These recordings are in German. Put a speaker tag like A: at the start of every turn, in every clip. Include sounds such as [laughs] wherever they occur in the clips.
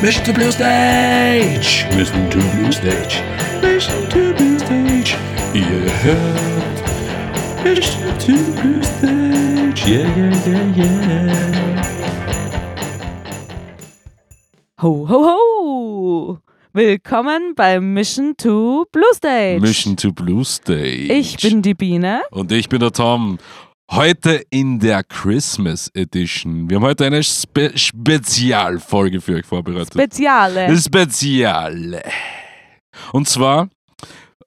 A: Mission to Blue Stage! Mission to Blue Stage! Mission to Blue Stage! Ihr hört Mission to Blue Stage! Yeah, yeah, yeah, yeah!
B: Ho, ho, ho! Willkommen bei Mission to Blue Stage.
C: Mission to Blue Stage.
B: Ich bin die Biene.
C: Und ich bin der Tom. Heute in der Christmas Edition. Wir haben heute eine Spe Spezialfolge für euch vorbereitet.
B: Speziale.
C: Spezial. Und zwar,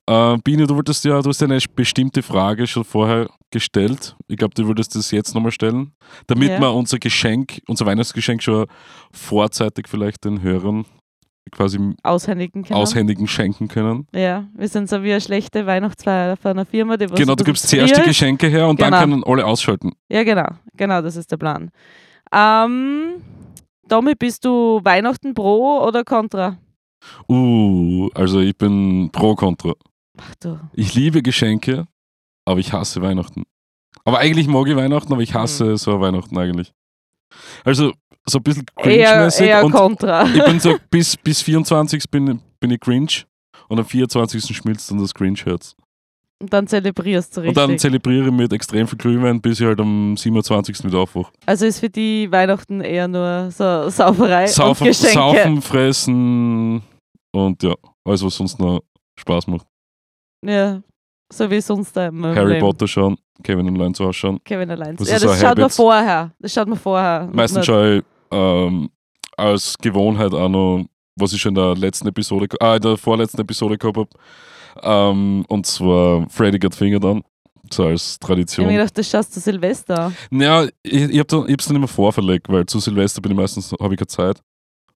C: äh, Biene, du wolltest ja, du hast eine bestimmte Frage schon vorher gestellt. Ich glaube, du würdest das jetzt nochmal stellen, damit
B: Ja.
C: wir unser Geschenk, unser Weihnachtsgeschenk schon vorzeitig vielleicht den Hörern quasi
B: Aushändigen können.
C: aushändigen schenken können.
B: genau. ja, wir sind so wie eine schlechte Weihnachtsfeier von einer Firma, die was
C: genau, du
B: was
C: gibst
B: zu
C: zuerst die
B: viel ist.
C: Geschenke her und
B: Genau.
C: dann können alle ausschalten.
B: Ja, genau. Genau, das ist der Plan. Ähm, Tommy, bist du Weihnachten pro oder contra?
C: Uh, also ich bin pro Contra.
B: Ach du.
C: Ich liebe Geschenke, aber ich hasse Weihnachten. Aber eigentlich mag ich Weihnachten, aber ich hasse
B: Hm.
C: so Weihnachten eigentlich. Also so ein bisschen
B: Eher,
C: Grinch-mäßig.
B: eher
C: Und
B: contra.
C: [laughs] ich bin
B: [laughs]
C: so bis, bis 24 bin, bin ich Grinch und am 24. schmilzt dann das Grinch-Herz.
B: Und dann zelebrierst du
C: Und
B: richtig.
C: dann zelebriere ich mit extrem viel Glühwein, bis ich halt am 27. wieder aufwache.
B: also ist für die Weihnachten eher nur so Sauferei Äh, und
C: Saufen,
B: Geschenke.
C: Saufen, fressen und ja, alles, was sonst noch Spaß macht.
B: Ja, so wie sonst im
C: Harry
B: Leben.
C: Potter schauen, Kevin allein zu Hause schauen.
B: Kevin allein.
C: Das
B: Ja,
C: ist
B: das
C: ein
B: schaut man
C: Habit.
B: vorher. Das schaut man vorher.
C: Meistens
B: Nicht-
C: schaue ich ähm, als Gewohnheit auch noch, was ich schon in der letzten Episode, ge- ah, in der vorletzten Episode gehabt habe. Ähm, und zwar Freddy Got Fingered an. So als
B: Ich habe mir
C: Tradition.
B: gedacht, das schaust du Silvester.
C: Ja, ich, ich habe dann, ich hab's dann immer vorverlegt, weil zu Silvester bin ich meistens, habe ich keine Zeit.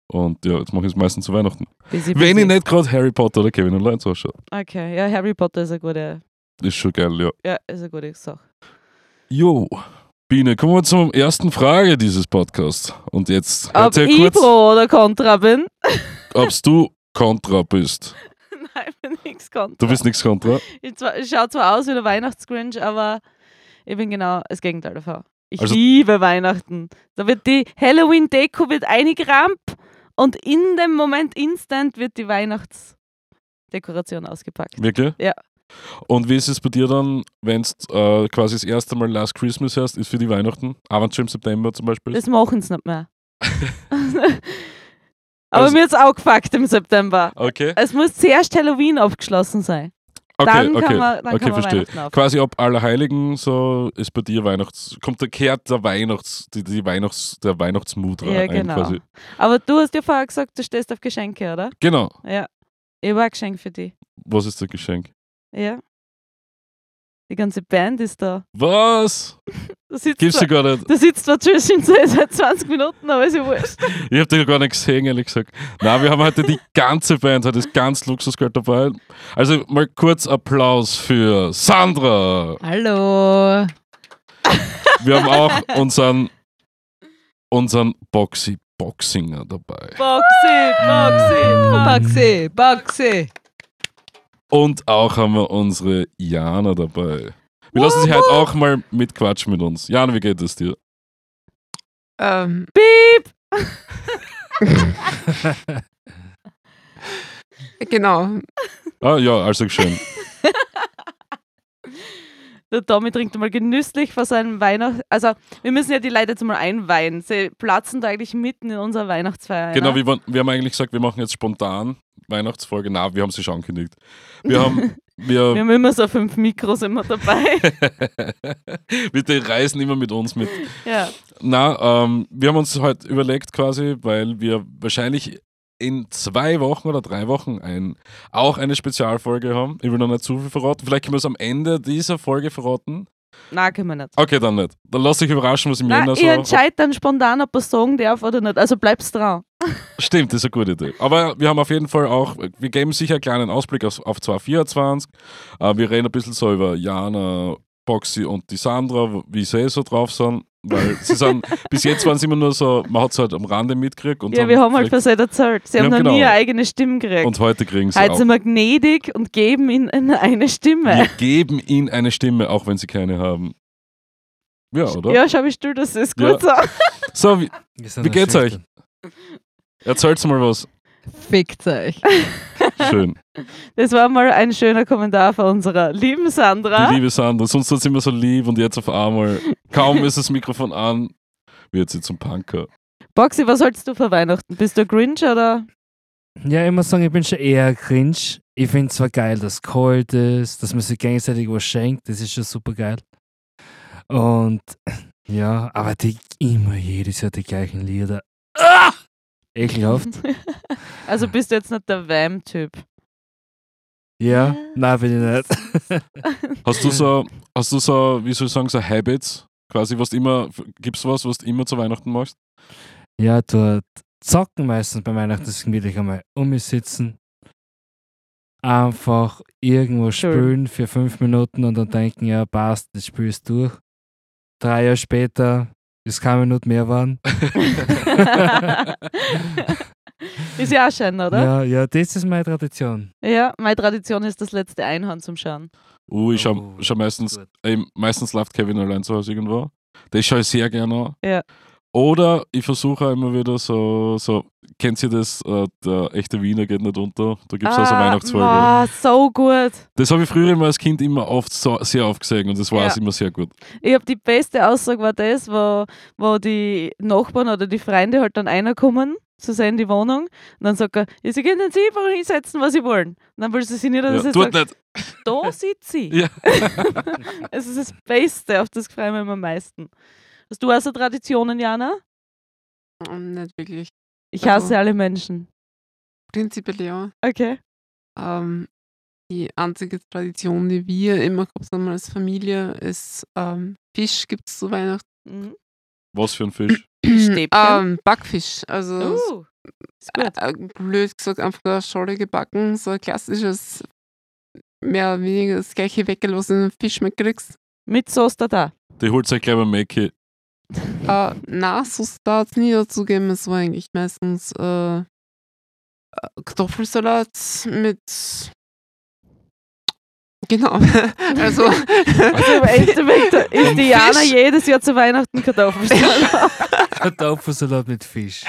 C: Und ja, jetzt mache ich es meistens zu Weihnachten.
B: Bis ich-
C: Wenn
B: bis
C: ich nicht gerade Harry Potter oder Kevin allein zu Hause schaue.
B: Okay, ja, Harry Potter ist eine gute,
C: Ist schon geil, ja.
B: ja, ist eine gute Sache.
C: Jo. Biene, kommen wir zur ersten Frage dieses Podcasts. Und jetzt
B: Ob
C: erzähl
B: ich
C: kurz,
B: pro oder contra bin? [laughs]
C: ob du Contra bist.
B: Nein, ich bin nichts contra.
C: Du bist nichts kontra.
B: Ich, zwar, ich schaue zwar aus wie der Weihnachtsgrinch, aber ich bin genau das Gegenteil davon. Ich
C: Also-
B: liebe Weihnachten. Da wird die Halloween-Deko wird eingerammt und in dem Moment instant wird die Weihnachtsdekoration ausgepackt.
C: Wirklich?
B: Ja.
C: Und wie ist es bei dir dann, wenn es äh, quasi das erste Mal Last Christmas heißt, ist für die Weihnachten? Aber schon im September zum Beispiel. ist?
B: Das machen sie
C: [laughs]
B: nicht mehr. Aber
C: Also-
B: mir ist auch gefuckt im September.
C: Okay.
B: Es muss zuerst Halloween abgeschlossen sein.
C: Okay,
B: Äh, dann
C: okay.
B: kann man, dann
C: okay,
B: kann man
C: verstehe.
B: Weihnachten auf.
C: Quasi ab Allerheiligen so ist bei dir Weihnachts. Kommt der kehrt der Weihnachts, die, die Weihnachts, der Weihnachtsmut rein
B: Ja, genau.
C: quasi.
B: Aber du hast ja vorher gesagt, du stehst auf Geschenke, oder?
C: Genau.
B: Ja. Ich habe auch ein Geschenk für dich.
C: Was ist das Geschenk?
B: Ja. Die ganze Band ist da.
C: Was?
B: Da sitzt,
C: Gibst
B: zwar,
C: du gar nicht.
B: da sitzt zwar Justin [laughs] seit 20 Minuten, aber ist ja wurscht.
C: Ich hab dich gar nicht gesehen, ehrlich gesagt. Nein, wir haben heute
B: [laughs]
C: die ganze Band, heute ist ganz Luxusgeld dabei. Also mal kurz Applaus für Sandra.
D: Hallo.
C: Wir haben auch unseren, unseren Boxy Boxinger dabei.
B: Boxy,
C: Mm.
B: Boxy.
D: Baxi, Baxi.
C: Und auch haben wir unsere Jana dabei. Wir lassen sie heute auch mal mitquatschen mit uns. Jana, wie geht es dir?
D: Ähm,
B: Piep.
D: [laughs] genau.
C: Ah ja, also schön.
B: Der Tommy trinkt mal genüsslich vor seinem Weihnacht. Also, wir müssen ja die Leute jetzt mal einweihen. Sie platzen da eigentlich mitten in unserer Weihnachtsfeier.
C: Genau,
B: ne?
C: wir, wollen- wir haben eigentlich gesagt, wir machen jetzt spontan Weihnachtsfolge. Na, wir haben sie schon angekündigt. Wir haben,
B: wir
C: wir,
B: haben immer so fünf Mikros immer dabei.
C: [laughs] wir reisen immer mit uns mit.
B: ja.
C: Na, ähm, wir haben uns heute überlegt quasi, weil wir wahrscheinlich in zwei Wochen oder drei Wochen ein, auch eine Spezialfolge haben. Ich will noch nicht zu viel verraten. Vielleicht können wir es am Ende dieser Folge verraten.
B: Nein, können wir nicht.
C: Okay, dann nicht. Dann lass dich überraschen, was Also, im
B: Nein,
C: Jänner
B: ich
C: so...
B: entscheide dann spontan, ob er sagen darf oder nicht. Also bleib's dran.
C: Stimmt, das ist eine gute Idee. Aber wir haben auf jeden Fall auch, wir geben sicher einen kleinen Ausblick auf, auf 2024. Äh, wir reden ein bisschen so über Jana, Boxy und die Sandra, w- wie sie eh so drauf sind. Weil sie
B: [laughs]
C: sind, bis jetzt waren sie immer nur so, man hat es halt am Rande mitgekriegt. Und
B: Ja,
C: dann
B: wir haben halt
C: vielleicht-
B: was erzählt. Sie
C: Wir
B: haben noch
C: haben
B: nie
C: genau.
B: eine eigene Stimme gekriegt.
C: Und heute kriegen sie
B: Heute
C: auch.
B: sind wir gnädig und geben ihnen eine Stimme.
C: Wir geben ihnen eine Stimme, auch wenn sie keine haben. Ja, oder?
B: Ja, schau, wie still das ist.
C: Ja.
B: Gut so.
C: So, wie,
E: Wir sind
C: Wie
E: ja
C: geht's euch?
E: schüchtern.
C: Erzählt's mal was.
D: Fickt euch.
C: Schön.
B: Das war mal ein schöner Kommentar von unserer lieben Sandra.
C: Die liebe Sandra, sonst hat sie immer so lieb und jetzt auf einmal, kaum ist das Mikrofon an, wird sie zum Punker.
B: Boxy, was sollst du für Weihnachten? Bist du Grinch oder?
E: Ja, ich muss sagen, ich bin schon eher cringe. Ich finde zwar geil, dass es kalt ist, dass man sich gegenseitig was schenkt, das ist schon super geil. Und [clears throat] ja, aber die immer jedes Jahr die gleichen Lieder. Ah! Ekelhaft.
B: [laughs] Also bist du jetzt nicht der Wham-Typ.
E: Ja, nein, bin ich nicht. [laughs]
C: Hast du so, hast du so, wie soll ich sagen, so Habits? Quasi, was du immer, gibt's was, was du immer zu Weihnachten machst?
E: Ja, dort zocken meistens bei Weihnachten ist gemütlich einmal um mich sitzen. Einfach irgendwo
B: Schön.
E: spülen für fünf Minuten und dann denken, ja, passt, das Spiel ist durch. Drei Jahre später ist keine Minute mehr waren.
B: ist ja auch schön, oder?
E: Ja, ja, das ist meine Tradition.
B: Ja. meine Tradition ist das letzte Einhorn zum Schauen.
C: Uh, ich schau,
E: Oh,
C: schau meistens,
E: gut.
C: ähm, meistens läuft Kevin allein zu Hause irgendwo. Das schaue ich sehr gerne an.
B: Ja.
C: Oder ich versuche auch immer wieder so, so kennt ihr das, äh, der echte Wiener geht nicht unter, da gibt es
B: Ah,
C: auch so Weihnachtsfolge.
B: boah, so gut.
C: Das habe ich früher immer als Kind immer oft so, sehr oft gesehen und das war
B: Ja.
C: es immer sehr gut.
B: Ich habe die beste Aussage war das, wo, wo die Nachbarn oder die Freunde halt dann einer kommen zu sein in die Wohnung und dann sagt er, ja, sie können sich einfach hinsetzen, was sie wollen. Und dann will sie sich nicht,
C: Ja,
B: dass sie
C: tut
B: sagt,
C: nicht. [laughs]
B: da sitzt sie.
C: Ja.
B: [laughs] Es ist das Beste, auf das freue ich mich immer am meisten. Hast du also Traditionen, Jana?
D: Ähm, Nicht wirklich.
B: Ich
D: Also-
B: hasse alle Menschen.
D: Prinzipiell ja.
B: Okay.
D: Ähm, die einzige Tradition, die wir immer gehabt haben als Familie, ist ähm, Fisch gibt es zu Weihnachten.
B: Mhm.
C: Was für ein Fisch.
B: Stäbchen?
D: [clears throat] Ähm, Backfisch. Also so
B: Uh, ist gut.
D: äh, blöd gesagt, einfach eine Scholle gebacken, so ein klassisches, mehr oder weniger das gleiche weggelassen Fisch mitkriegst.
B: Mit Sauce Tata.
C: Die holt sich gleich mal Mäcki.
D: Äh, na, so hat es nie dazu gegeben, es war eigentlich meistens äh, äh, Kartoffelsalat mit. Genau, [laughs] also.
B: [laughs] Also im Endeffekt ist die Jana
D: Fisch.
B: jedes Jahr zu Weihnachten Kartoffelsalat.
E: Kartoffelsalat mit Fisch.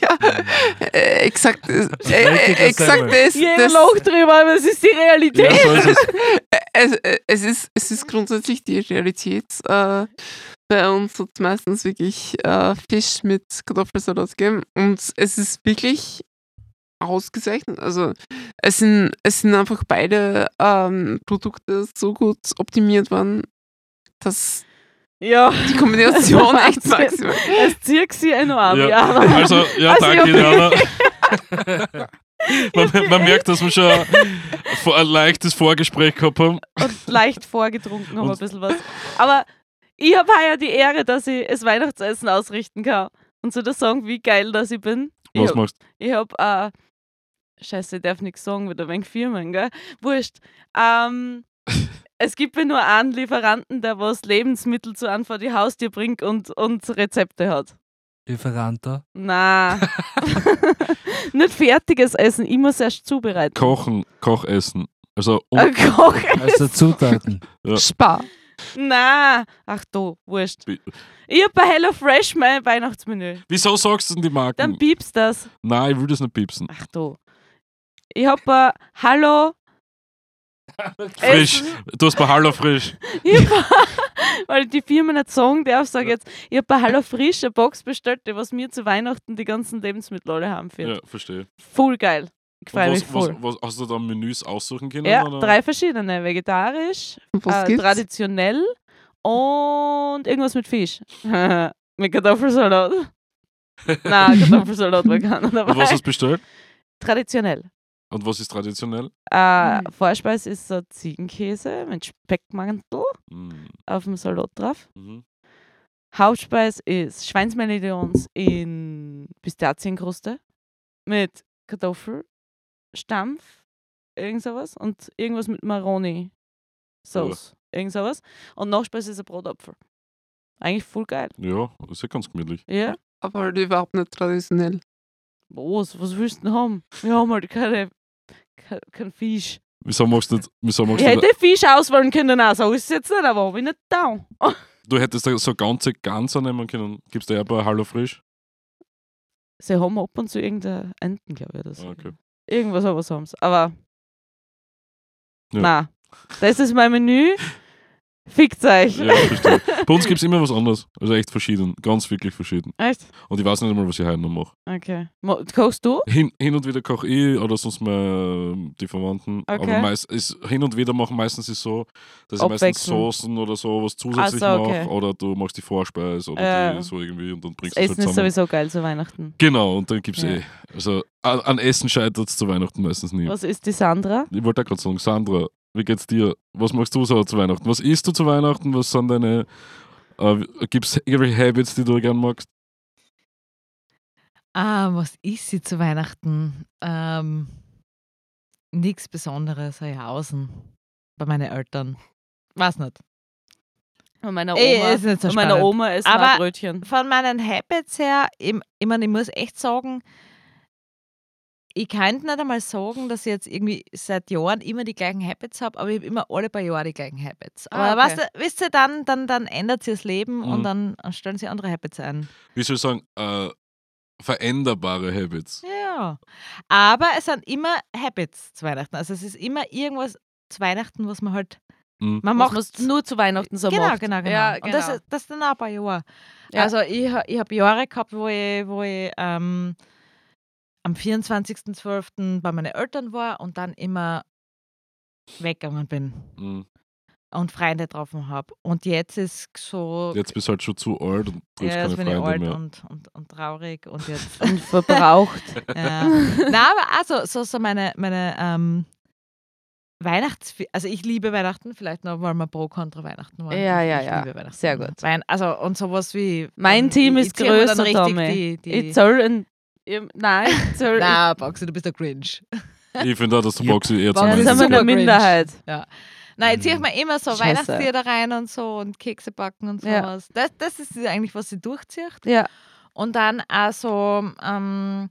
D: ja, äh, exakt, äh,
E: Richtiger
D: äh, exakt
E: Semmel.
D: das.
B: Jeder
D: das-
B: lacht drüber, aber es ist die Realität.
C: Ja, so ist es.
D: es, äh, es, ist, es ist grundsätzlich die Realität. Äh, bei uns hat es meistens wirklich äh, Fisch mit Kartoffelsalat gegeben und es ist wirklich ausgezeichnet. Also es sind, es sind einfach beide ähm, Produkte so gut optimiert worden, dass
B: Ja,
D: die Kombination echt
B: Wahnsinn.
D: maximal.
B: es zieht sie eh ein Arm,
C: Ja. [laughs]
B: Jana.
C: Also, ja,
B: [laughs] Also,
C: danke,
B: okay.
C: Jana.
B: [laughs]
C: Man, man merkt, dass wir schon vor- ein leichtes Vorgespräch gehabt haben.
B: und leicht vorgetrunken haben
C: Und-
B: ein bisschen was. Aber ich habe ja die Ehre, dass ich das Weihnachtsessen ausrichten kann. Und so das sagen, wie geil dass ich bin. Ich
C: Was
B: hab-
C: machst du?
B: Ich hab, äh, Scheiße, ich darf nichts sagen, wieder wegen Firmen, gell? Wurscht.
C: [laughs]
B: Ähm, es gibt ja nur einen Lieferanten, der was Lebensmittel zu Anfang die Haustür bringt und, und Rezepte hat.
E: Lieferanter.
C: [laughs]
B: Na. Nicht fertiges Essen, immer erst zubereiten.
C: Kochen, Kochessen. Also, um,
B: Äh, Kochen.
E: Also Zutaten.
C: Ja.
D: Spar.
B: Na. Ach du, wurscht.
C: Bi-
B: Ich hab bei HelloFresh mein Weihnachtsmenü.
C: wieso sagst du denn die
B: Dann
C: Marken?
B: piepst das.
C: Nein, ich will das nicht piepsen.
B: Ach du. Ich hab bei Hallo.
C: Frisch.
B: Essen-
C: Du hast bei Hallo frisch.
B: Ich hab, [laughs] weil die Firma nicht sagen darf, sage ich jetzt, ich habe bei Hallo Frisch eine Box bestellt, die was mir zu Weihnachten die ganzen Lebensmittel alle haben
C: Ja,
B: wird.
C: verstehe.
B: Voll geil.
C: Und
B: Gefällt mich
C: was, was,
B: voll.
C: was, hast du da Menüs aussuchen können?
B: ja,
C: oder?
B: drei verschiedene. Vegetarisch,
D: Und Was
B: äh,
D: gibt's?
B: traditionell und irgendwas mit Fisch. [laughs] mit Kartoffelsalat.
C: [laughs]
B: Nein, Kartoffelsalat war keiner
C: Und was
B: dabei.
C: hast du bestellt?
B: Traditionell.
C: Und was ist traditionell?
B: Äh,
D: Mhm.
B: Vorspeis ist so Ziegenkäse mit Speckmantel
C: Mhm.
B: auf dem Salat drauf.
C: Mhm.
B: Hauptspeis ist Schweinsmelodons in Pistazienkruste mit Kartoffelstampf, irgend sowas und irgendwas mit Maroni Sauce, irgend sowas. Und Nachspeis ist ein Brotapfel. Eigentlich voll geil.
C: Ja, ist ja ganz gemütlich.
B: Ja?
D: Aber halt überhaupt nicht traditionell.
B: Was, was willst du denn haben? Wir haben halt keine, kein, kein Fisch.
C: Wieso machst du nicht, wieso machst
B: Ich
C: du nicht
B: hätte Fisch auswählen können, auch so ist es jetzt nicht, aber hab ich nicht da.
C: Du hättest da so ganze Gans annehmen können. Gibst du ja bei Hallo Frisch?
B: [laughs] Sie haben ab und zu irgendeine Enten, glaube ich. Oder so.
C: Ah,
B: [laughs]
C: Okay.
B: Irgendwas aber haben sie. Aber.
C: Ja.
B: Na, das ist mein Menü. Fickt euch.
C: Ja, verstehe. Bei uns gibt es immer was anderes. Also echt verschieden. Ganz wirklich verschieden.
B: [laughs] Echt?
C: Und ich weiß nicht einmal, was ich heute noch mache.
B: Okay. Mo- Kochst du?
C: Hin, hin und wieder koche ich oder sonst mal die Verwandten.
B: Okay.
C: Aber meist, ist, hin und wieder machen meistens ist so, dass ich meistens
B: Abwechseln.
C: Soßen oder so was zusätzlich
B: Ach so, okay.
C: mache. Oder du machst die Vorspeise oder
B: Ja.
C: die so irgendwie und dann
B: Das
C: bringst du es halt
B: Essen ist
C: zusammen.
B: sowieso geil zu Weihnachten.
C: Genau, und dann gibt es
B: Ja.
C: eh. Also an, an Essen scheitert es zu Weihnachten meistens nie.
B: Was ist die Sandra?
C: Ich wollte auch gerade sagen, Sandra, wie geht's dir? Was machst du so zu Weihnachten? Was isst du zu Weihnachten? Was sind deine. Äh, gibt es irgendwelche Habits, die du gern magst?
F: Ah, was ist sie zu Weihnachten? Ähm, Nichts Besonderes, ja außen. Bei meinen Eltern. Weiß nicht.
B: Bei meiner
F: Eh,
B: Oma.
F: ist nicht so
B: Bei meiner
F: spannend.
B: Oma ist
F: Aber-
B: ein Brötchen.
F: Von meinen Habits her, ich, ich meine, ich muss echt sagen, ich kann nicht einmal sagen, dass ich jetzt irgendwie seit Jahren immer die gleichen Habits habe, aber ich habe immer alle paar Jahre die gleichen Habits. Aber
B: Ah, okay.
F: weißt du, wisst ihr, dann, dann, dann ändert sich das Leben und
C: Mhm.
F: dann äh, stellen sie andere Habits ein.
C: Wie soll ich sagen? Äh, veränderbare Habits.
F: Ja. Aber es sind immer Habits zu Weihnachten. Also es ist immer irgendwas zu Weihnachten, was man halt.
C: Mhm.
F: Man
B: Was
F: macht
B: man's nur zu Weihnachten so
F: genau,
B: macht.
F: genau, genau.
B: Ja,
F: Und
B: genau.
F: das, das dann auch ein paar Jahre.
B: Ja.
F: Also ich, ha- ich habe Jahre gehabt, wo ich, wo ich ähm, am 24.12. bei meinen Eltern war und dann immer weggegangen bin
C: Mhm.
F: und Freunde getroffen habe. Und jetzt ist so.
C: Jetzt bist du halt schon zu alt und triffst
F: ja,
C: keine
F: jetzt bin ich
C: Freunde
F: alt
C: mehr.
F: und, und, und traurig und jetzt.
B: Und [laughs] verbraucht.
F: Ja. Nein, aber also so, so meine, meine ähm, Weihnachts... Also ich liebe Weihnachten, vielleicht noch wollen wir pro kontra Weihnachten wollen.
B: Ja,
F: Ich-
B: ja,
F: ich
B: ja.
F: liebe Weihnachten.
B: Sehr gut.
F: Wein, also und sowas wie...
B: Mein
F: dann-
B: Team
F: ich-
B: ist
F: ich zieh mir dann
B: größer,
F: richtig
B: Tommy.
F: Die, die,
B: Ich soll ein. ich- Nein, ich soll.
F: Nein, Boxi, du bist der Grinch.
C: Ich finde auch, dass der
E: Ja.
C: Boxy eher zum
B: Dann
F: Warum Nein,
B: sind
F: das
B: wir
F: ist
B: in der
F: super cringe.
B: Minderheit.
F: Nein, jetzt ziehe ich mir immer so
B: Mhm. Scheiße.
F: Weihnachtslieder rein und so und Kekse backen und
B: Ja.
F: sowas. Das, das ist eigentlich, was sie durchzieht.
B: Ja.
F: Und dann also, ähm,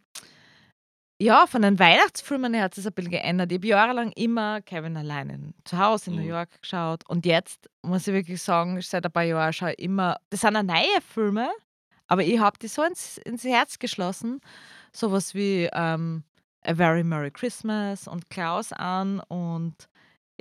F: ja, von den Weihnachtsfilmen her hat es ein bisschen geändert. Ich habe jahrelang immer Kevin alleine zu Hause in
C: Mhm.
F: New York geschaut. Und jetzt muss ich wirklich sagen, seit ein paar Jahren schaue ich immer, das sind auch neue Filme, aber ich habe die so ins, ins Herz geschlossen. Sowas wie ähm, A Very Merry Christmas und Klaus an und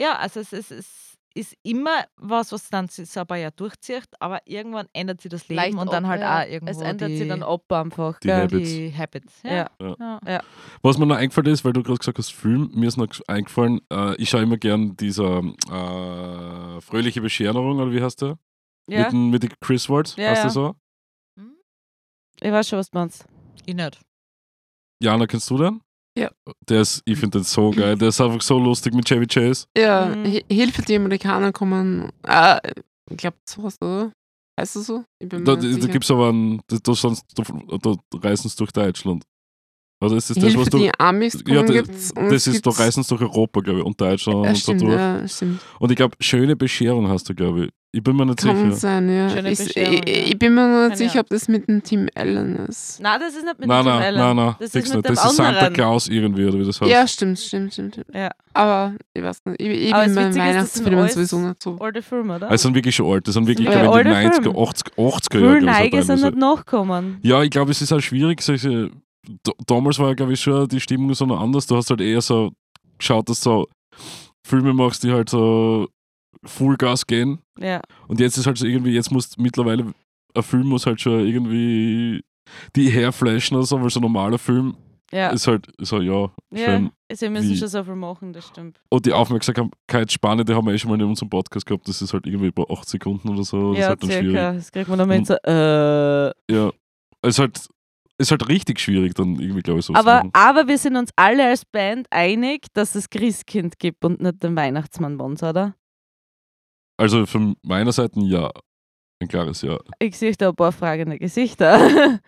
F: ja, also es ist, es ist immer was, was dann sich so ein paar Jahre durchzieht, aber irgendwann ändert sich das Leben
B: Leicht
F: und dann
B: ab,
F: halt
B: ja.
F: auch
B: Es
F: irgendwo
B: ändert
F: die,
B: sich dann ab einfach.
C: Die
B: gell?
C: Habits.
F: die Habits. Ja.
B: Ja.
C: Ja.
F: Ja.
C: Was mir noch eingefallen ist, weil du gerade gesagt hast, Film, mir ist noch ges- eingefallen, äh, ich schaue immer gern dieser äh, Fröhliche Bescherung, oder wie heißt der?
B: Ja.
C: Mit, dem- mit den Chris Words,
B: Ja,
C: heißt
B: ja.
C: der so?
B: Ich weiß schon, was du meinst.
F: Ich nicht.
C: Jana, kennst du den?
D: Ja.
C: Der ist, ich finde den so geil, der ist einfach so lustig mit Chevy Chase.
D: Ja,
B: Mhm.
D: Hi- Hilfe, die Amerikaner kommen. Ah, ich glaube, sowas, oder? Heißt das so? Ich bin
C: Da,
D: nicht
C: da
D: sicher.
C: gibt's aber einen, da, da, sonst, da, da reißen sie durch Deutschland. Also ist das das,
D: Hilfe,
C: was du...
D: die Amis
C: Ja,
D: kommen
C: da-
D: gibt's. und
C: Das
D: es
C: ist, da
D: gibt's-
C: reißen sie durch Europa, glaube ich, und Deutschland
D: Ja,
C: und so
D: stimmt,
C: durch.
D: ja, stimmt.
C: Und ich glaube, schöne Bescherung hast du, glaube ich. Ich bin mir nicht
D: Kann
C: sicher.
D: sein, ja.
B: Schöne
D: Ich,
B: Bescherung,
D: ich,
B: ja.
D: ich bin mir nur
B: Kann
D: nicht sicher,
B: ja.
D: ob das mit dem Team Allen ist.
B: Nein, das ist nicht mit
C: Nein,
B: dem
C: nein, nein, nein.
B: Das ist
C: fix
B: mit
C: nicht.
B: dem
C: das ist Santa
B: anderen.
C: Claus irgendwie, oder wie das heißt.
D: Ja, stimmt, stimmt, stimmt. stimmt.
B: Ja.
D: Aber ich weiß nicht, ich, ich
B: Aber
D: bin
B: das
D: bei
B: Witzige ist, das Oh, sind
D: Weihnachtsfilmen
B: alles-
D: sowieso nicht so.
B: Alte Film, oder?
C: Also sind wirklich schon alt. Das sind wirklich,
B: sind
C: glaube ich, die
B: alte
C: 90er,
B: Filme.
C: 80er, 80er
B: Früh
C: Jahre.
B: Neige
C: glaub ich,
B: sind
C: teilweise.
B: nicht nachgekommen.
C: Ja, ich glaube, es ist auch schwierig. Solche, D- damals war, glaube ich, schon die Stimmung so noch anders. Du hast halt eher so geschaut, dass du so Filme machst, die halt so Fullgas gehen.
B: Ja.
C: Und jetzt ist halt so irgendwie, jetzt muss mittlerweile, ein Film muss halt schon irgendwie die herflashen oder so, weil so ein normaler Film
B: Ja.
C: ist halt so, ja,
B: ja.
C: schön.
B: Sie müssen
C: wie-
B: schon so viel machen, das stimmt.
C: Und die Aufmerksamkeitsspanne, die haben wir eh schon mal in unserem Podcast gehabt, das ist halt irgendwie bei 8 Sekunden oder so.
B: ja,
C: das ist halt dann schwierig.
B: circa. Das kriegt man dann mit so, äh.
C: Ja. Es ist halt, ist halt richtig schwierig, dann irgendwie, glaube ich, so
B: Aber, aber wir sind uns alle als Band einig, dass es Christkind gibt und nicht den Weihnachtsmann bei uns, oder?
C: Also von meiner Seite ein Ja. Ein klares Ja.
B: Ich sehe da ein paar fragende Gesichter.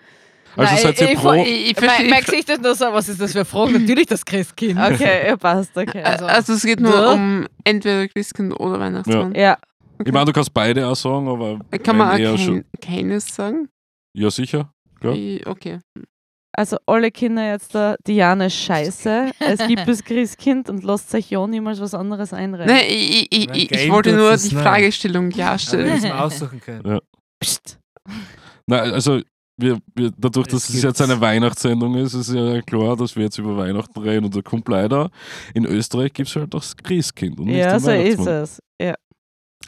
C: Also
F: Nein,
C: seid ihr
F: ich-
C: pro.
D: Ich, ich, ich, verstehe-
F: [laughs]
C: [laughs]
F: Mein, mein Gesicht ist nur so, was ist das für eine Frage? Natürlich das Christkind.
B: Okay, ja, passt, okay.
F: Also,
D: also es geht nur
B: Ja.
D: um entweder Christkind oder Weihnachtsmann.
B: Ja,
C: Ich meine, du kannst beide auch sagen, aber.
D: Kann man auch
C: wenn eher
D: kein, keines sagen?
C: Ja, sicher. Ja.
D: Ich, okay.
B: also alle Kinder jetzt da, Diane ist scheiße. Es gibt das Christkind und lasst euch ja niemals was anderes einreden.
D: Nein, ich, ich, ich,
E: Mein
D: ich, ich
E: Game
D: wollte
E: tut's
D: nur
E: das
D: die
E: nicht.
D: Fragestellung ja
E: Aber
D: stellen.
E: hättest du mir aussuchen können.
C: Nein, also wir, wir, dadurch, dass
E: Es
C: es jetzt
E: gibt's.
C: eine Weihnachtssendung ist, ist ja klar, dass wir jetzt über Weihnachten reden. Und da kommt leider, in Österreich gibt es halt auch das Christkind und nicht
B: Ja,
C: den
B: so ist
C: Weihnachtsmann.
B: es. Ja.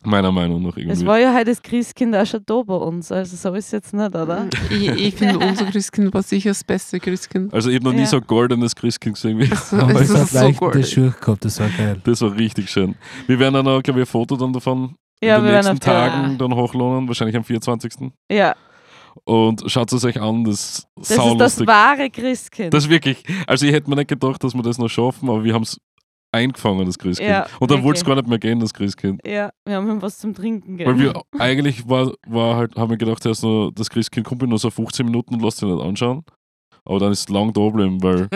C: Meiner Meinung nach irgendwie.
B: Es war ja heute das Christkind auch schon da bei uns, also so ist es jetzt nicht, oder?
D: Ich, ich
F: [laughs]
D: finde, unser Christkind war sicher das beste Christkind.
C: also ich habe noch nie
B: Ja.
C: so ein goldenes Christkind gesehen wie [laughs]
D: Es,
E: Aber
D: es
E: ich
D: ist
E: hab
D: so
E: leicht in der
D: goldig.
E: Schuhe gehabt, das war geil.
C: Das war richtig schön. Wir werden dann auch, glaube ich, ein Foto dann davon
B: Ja,
C: in
B: wir
C: den
B: werden
C: nächsten
B: auf der-
C: Tagen dann hochlohnen, wahrscheinlich am 24.
B: Ja,
C: Und schaut es euch an, das,
B: das ist das
C: saulustig.
B: wahre Christkind.
C: Das ist wirklich. Also ich hätte mir nicht gedacht, dass wir das noch schaffen, aber wir haben es eingefangen, das Christkind.
B: Ja,
C: Und dann wollte es
B: wirklich.
C: gar nicht mehr gehen, das Christkind.
B: ja, wir haben ihm was zum Trinken
C: Weil
B: gegeben.
C: wir eigentlich war, war halt, haben wir gedacht, erst nur, das Christkind kommt in nur so 15 Minuten und lasst ihn nicht anschauen. Aber dann ist es lang da geblieben,
B: [laughs]
C: weil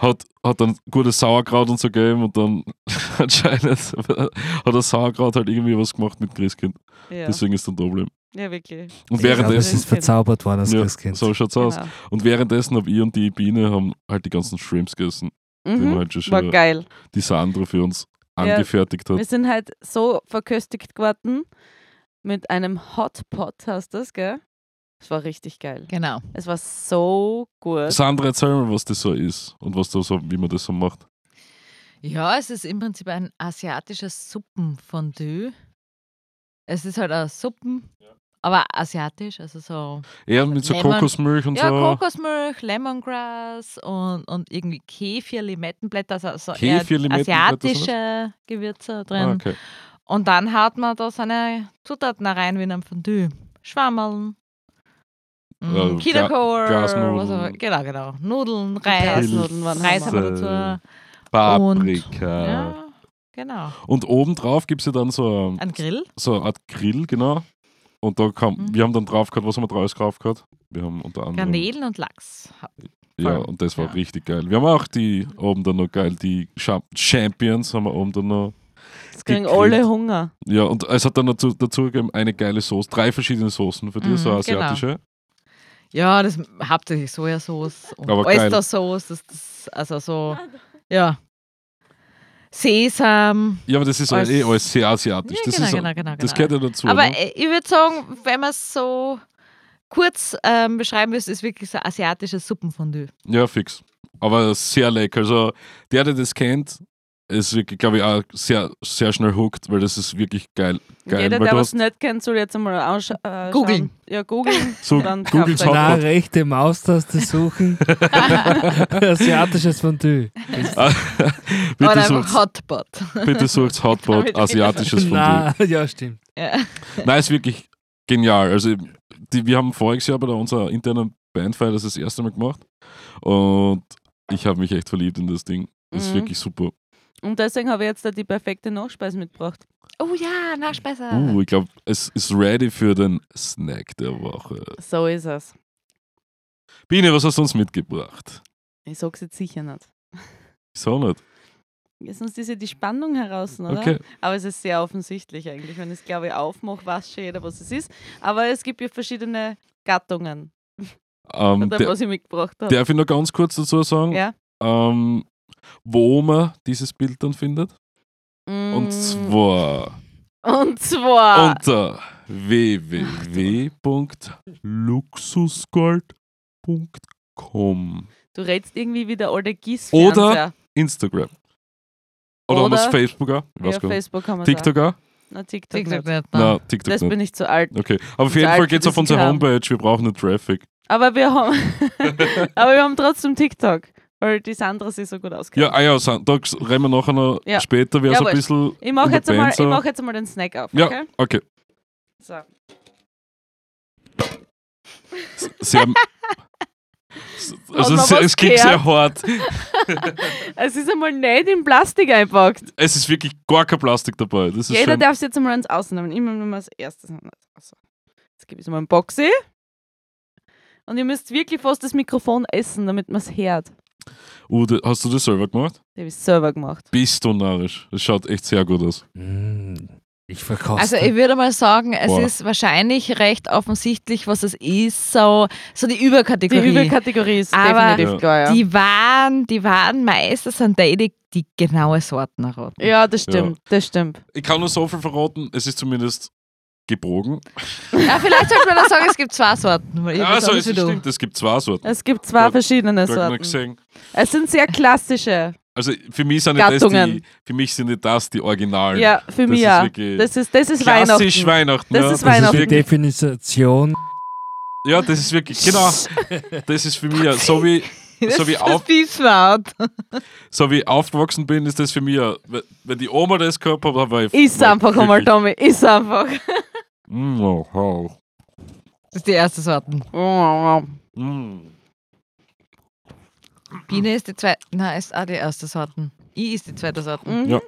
C: hat, hat dann gutes Sauerkraut und so gegeben und dann [laughs] anscheinend hat das Sauerkraut halt irgendwie was gemacht mit Christkind.
B: Ja,
C: Deswegen ist dann da geblieben.
B: ja wirklich.
C: Und
B: Ich
E: Ich glaube, es
C: währenddessen,
E: ist verzaubert worden, das
C: Ja,
E: Christkind.
C: so schaut's aus.
B: Genau.
C: Und währenddessen habe ich und die Biene haben halt die ganzen Shrimps gegessen, die wir
B: Mhm.
C: halt schon
B: War
C: schon
B: geil.
C: die Sandra für uns
B: Ja.
C: angefertigt hat.
B: Wir sind halt so verköstigt geworden mit einem Hot Pot, hast das, gell? Es war richtig geil.
F: Genau.
B: Es war so gut.
C: Sandra, erzähl mal, was das so ist und was da so, wie man das so macht.
F: Ja, es ist im Prinzip ein asiatisches Suppenfondue. Es ist halt eine Suppen, aber asiatisch, also so
C: Ja, mit so
F: Lemon.
C: Kokosmilch und
F: ja,
C: so.
F: Kokosmilch, Lemongrass und, und irgendwie Kefir, Limettenblätter, also so eher
C: Kefir-Limettenblätter sind das?
F: asiatische Gewürze drin.
C: Ah, okay.
F: Und dann haut man da seine Zutaten rein wie in einem Fondue. Schwammeln,
C: Ja,
F: mm,
C: Ga-
F: Kinderkohl,
C: Glasnudeln.
F: was auch- genau, genau. Nudeln, Reis,
B: Reisnudeln waren
F: Reis haben
B: Hammer.
F: wir dazu.
C: Äh, Paprika.
F: Ja, genau.
C: Und obendrauf gibt es ja dann so,
F: Ein Grill.
C: so eine Art Grill, genau. Und da kam,
F: Mhm.
C: wir haben dann drauf gehabt, was haben wir draus drauf gehabt? Wir haben unter anderem.
F: Garnelen und Lachs.
C: Ja,
F: Voll.
C: und das war
F: Ja.
C: richtig geil. Wir haben auch die oben dann noch geil, die Cha- Champions haben wir oben dann noch.
B: Jetzt kriegen
C: gekriegt.
B: alle Hunger.
C: Ja, und es hat dann dazu, dazu gegeben eine geile Soße, drei verschiedene Soßen für die,
F: Mhm,
C: so
F: genau.
C: asiatische.
F: Ja, das hauptsächlich Sojasauce und
C: Aber geil.
F: Oystersauce, das, das, also so, ja. Sesam.
C: Ja, aber das ist
F: Als-
C: eh alles sehr asiatisch.
F: Ja,
C: das,
F: genau,
C: ist,
F: genau, genau,
C: das
F: genau.
C: gehört ja dazu.
F: Aber
C: ne?
F: äh, ich würde sagen, wenn man es so kurz ähm, beschreiben müsste, ist wirklich so asiatisches Suppenfondue.
C: Ja, fix. Aber sehr lecker. Also der, der das kennt, ist wirklich, glaube ich, auch sehr, sehr schnell hooked, weil das ist wirklich geil. geil
B: Jeder,
C: weil
B: der
C: du
B: was
C: hast
B: nicht kennt, soll jetzt einmal ausschauen. Äh, schauen.
F: Googeln.
B: Ja, googeln.
C: so
B: dann
C: Googles
B: kauft er-
E: Na,
C: Hauptwort.
E: rechte
C: [laughs]
E: Maustaste suchen. Asiatisches Fondue.
F: Oder
C: Ah, [laughs] Bitte
F: einfach
C: sucht,
F: Hotpot. [laughs]
C: bitte
B: [laughs]
C: sucht Hotpot,
F: Damit-
C: asiatisches Fondue.
E: Na, ja, stimmt.
F: Ja.
C: Nein, ist wirklich genial. Also die, wir haben voriges Jahr bei der- unserer internen Bandfeier das das erste Mal gemacht und ich habe mich echt verliebt in das Ding. [laughs] Das ist
B: Mhm.
C: wirklich super.
B: Und deswegen habe ich jetzt da die perfekte Nachspeise mitgebracht.
F: Oh ja, Nachspeise.
B: Ah.
C: Uh, ich glaube, es ist ready für den Snack der Woche.
B: So ist es.
C: Biene, was hast du uns mitgebracht?
B: Ich sag's jetzt sicher nicht.
C: Wieso nicht?
B: Sonst ist ja die Spannung heraus, oder?
C: Okay.
B: Aber es ist sehr offensichtlich eigentlich. Wenn ich es, glaube ich, aufmache, weiß schon jeder, was es ist. Aber es gibt ja verschiedene Gattungen,
C: Ähm,
B: oder,
C: der,
B: was ich mitgebracht habe.
C: darf ich noch ganz kurz dazu sagen,
B: Ja.
C: ähm, wo man dieses Bild dann findet?
B: Mm.
C: Und zwar
B: Mhm. Und zwar.
C: unter www.luxusgold.com
B: du redest irgendwie wie der alte Gieß.
C: Oder- Instagram. Oder, haben wir es
B: Oder-
C: Facebook auch? Ich weiß
B: Ja,
C: gar nicht.
B: Facebook haben wir
C: TikTok auch?
B: auch. Na, TikTok,
F: TikTok
B: nicht.
F: nicht,
C: Nein,
F: nein.
C: TikTok
B: Das
C: nicht.
B: bin ich zu alt.
C: Okay, aber auf
B: zu
C: jeden
B: alt
C: Fall
B: für
C: geht's auf
B: diesen
C: unsere
B: Kram.
C: Homepage, wir brauchen den
B: [laughs]
C: Traffic.
B: Aber wir haben,
C: [laughs]
B: aber wir haben trotzdem TikTok, weil die Sandra sich so gut auskennt.
C: Ja, ah ja, San- da reden wir nachher noch
B: Ja.
C: später, wer so
B: Jawohl.
C: ein bisschen.
B: ich mache
C: in der
B: jetzt, einmal-
C: Band
B: ich
C: so-
B: mach jetzt einmal den Snack auf.
C: Ja,
B: Okay?
C: okay.
B: So.
C: Sehr,
B: [laughs]
C: also
B: man
C: es, es
B: was
C: klingt
B: gehört?
C: sehr hart.
B: Es ist einmal nicht in Plastik eingepackt.
C: Es ist wirklich gar kein Plastik dabei. Das ist
B: Jeder
C: schön.
B: darf es jetzt einmal ans Außen nehmen. Immer nur mal als erstes. an das Außen. Jetzt gebe ich es mal einen Boxi. Und ihr müsst wirklich fast das Mikrofon essen, damit man es hört.
C: Uh, da- hast du das selber gemacht?
B: Das habe ich selber gemacht.
C: Bist du narrisch. Das schaut echt sehr gut aus.
E: Mm, Ich verkaufe
F: Also ich würde mal sagen, es
C: Boah.
F: ist wahrscheinlich recht offensichtlich, was es ist. So, so die Überkategorie.
B: Die Überkategorie ist
F: Aber-
B: definitiv
C: Ja.
B: klar, ja.
F: Die waren, die waren meistens sind die, die genaue Sorten erraten.
B: ja, das stimmt, das stimmt.
C: Ich kann nur so viel verraten, es ist zumindest gebogen.
F: Ja, vielleicht sollte man da sagen, es gibt zwei Sorten. weil ich
C: Ja,
F: weiß
C: also
F: auch
C: es
F: nicht, wie
C: ist
F: du-
C: stimmt, es gibt zwei Sorten.
B: Es gibt zwei
C: Gut,
B: verschiedene
C: Ich hab noch
B: Sorten.
C: gesehen.
B: Es sind sehr klassische.
C: Also für mich sind nicht das die,
B: Gattungen.
C: für mich sind nicht das die Originalen.
B: Ja, für
C: das
B: mich
C: ist
B: ja.
C: wirklich-
B: Das ist, das ist
C: Klassisch
B: Weihnachten.
C: Weihnachten.
B: Das
C: ja.
B: ist
E: Das ist die
B: Weihnachten.
C: wirklich-
E: Definition.
C: Ja, das ist wirklich, genau.
B: [laughs]
C: Das ist für mich, ja- so wie, so wie,
F: [laughs] Das
C: auf,
F: piepst mir out.
C: so wie ich aufgewachsen bin, ist das für mich, ja- wenn wenn die Oma das gehabt hat, war ich.
B: Iss
C: war ich
B: einfach einmal,
C: wirklich-
B: Tommy. Iss einfach.
C: Mm, oh, oh.
F: Das ist die erste Sorte.
B: Mhm.
C: Mm.
B: Hm.
F: Biene ist die zweite. Nein, ist auch die erste Sorte. I ist die zweite Sorte.
B: Mhm.
C: Ja.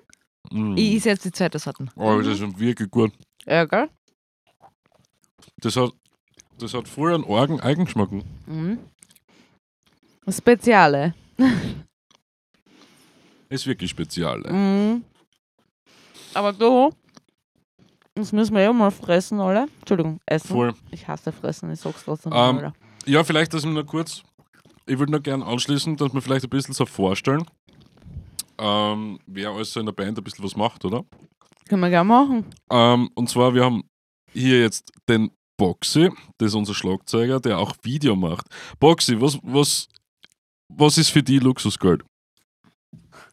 C: Mm.
F: I ist jetzt die zweite Sorte.
C: Oh, das ist wirklich gut.
B: Ja, gell?
C: Das hat, das hat früher einen argen Eigenschmack.
B: Mhm. Speziale.
C: Ist wirklich spezial. ey.
B: Mhm. Aber du, das müssen wir ja mal fressen, oder? Entschuldigung, essen.
C: Voll.
B: Ich hasse fressen, ich sag's trotzdem.
C: Ähm,
B: oder?
C: Ja, vielleicht, dass wir nur kurz, ich würde noch gerne anschließen, dass wir vielleicht ein bisschen so vorstellen, ähm, wer alles so in der Band ein bisschen was macht, oder?
B: Können wir gerne machen.
C: Ähm, und zwar, wir haben hier jetzt den Boxy, das ist unser Schlagzeuger, der auch Video macht. Boxy, was, was, was ist für die Luxusgold?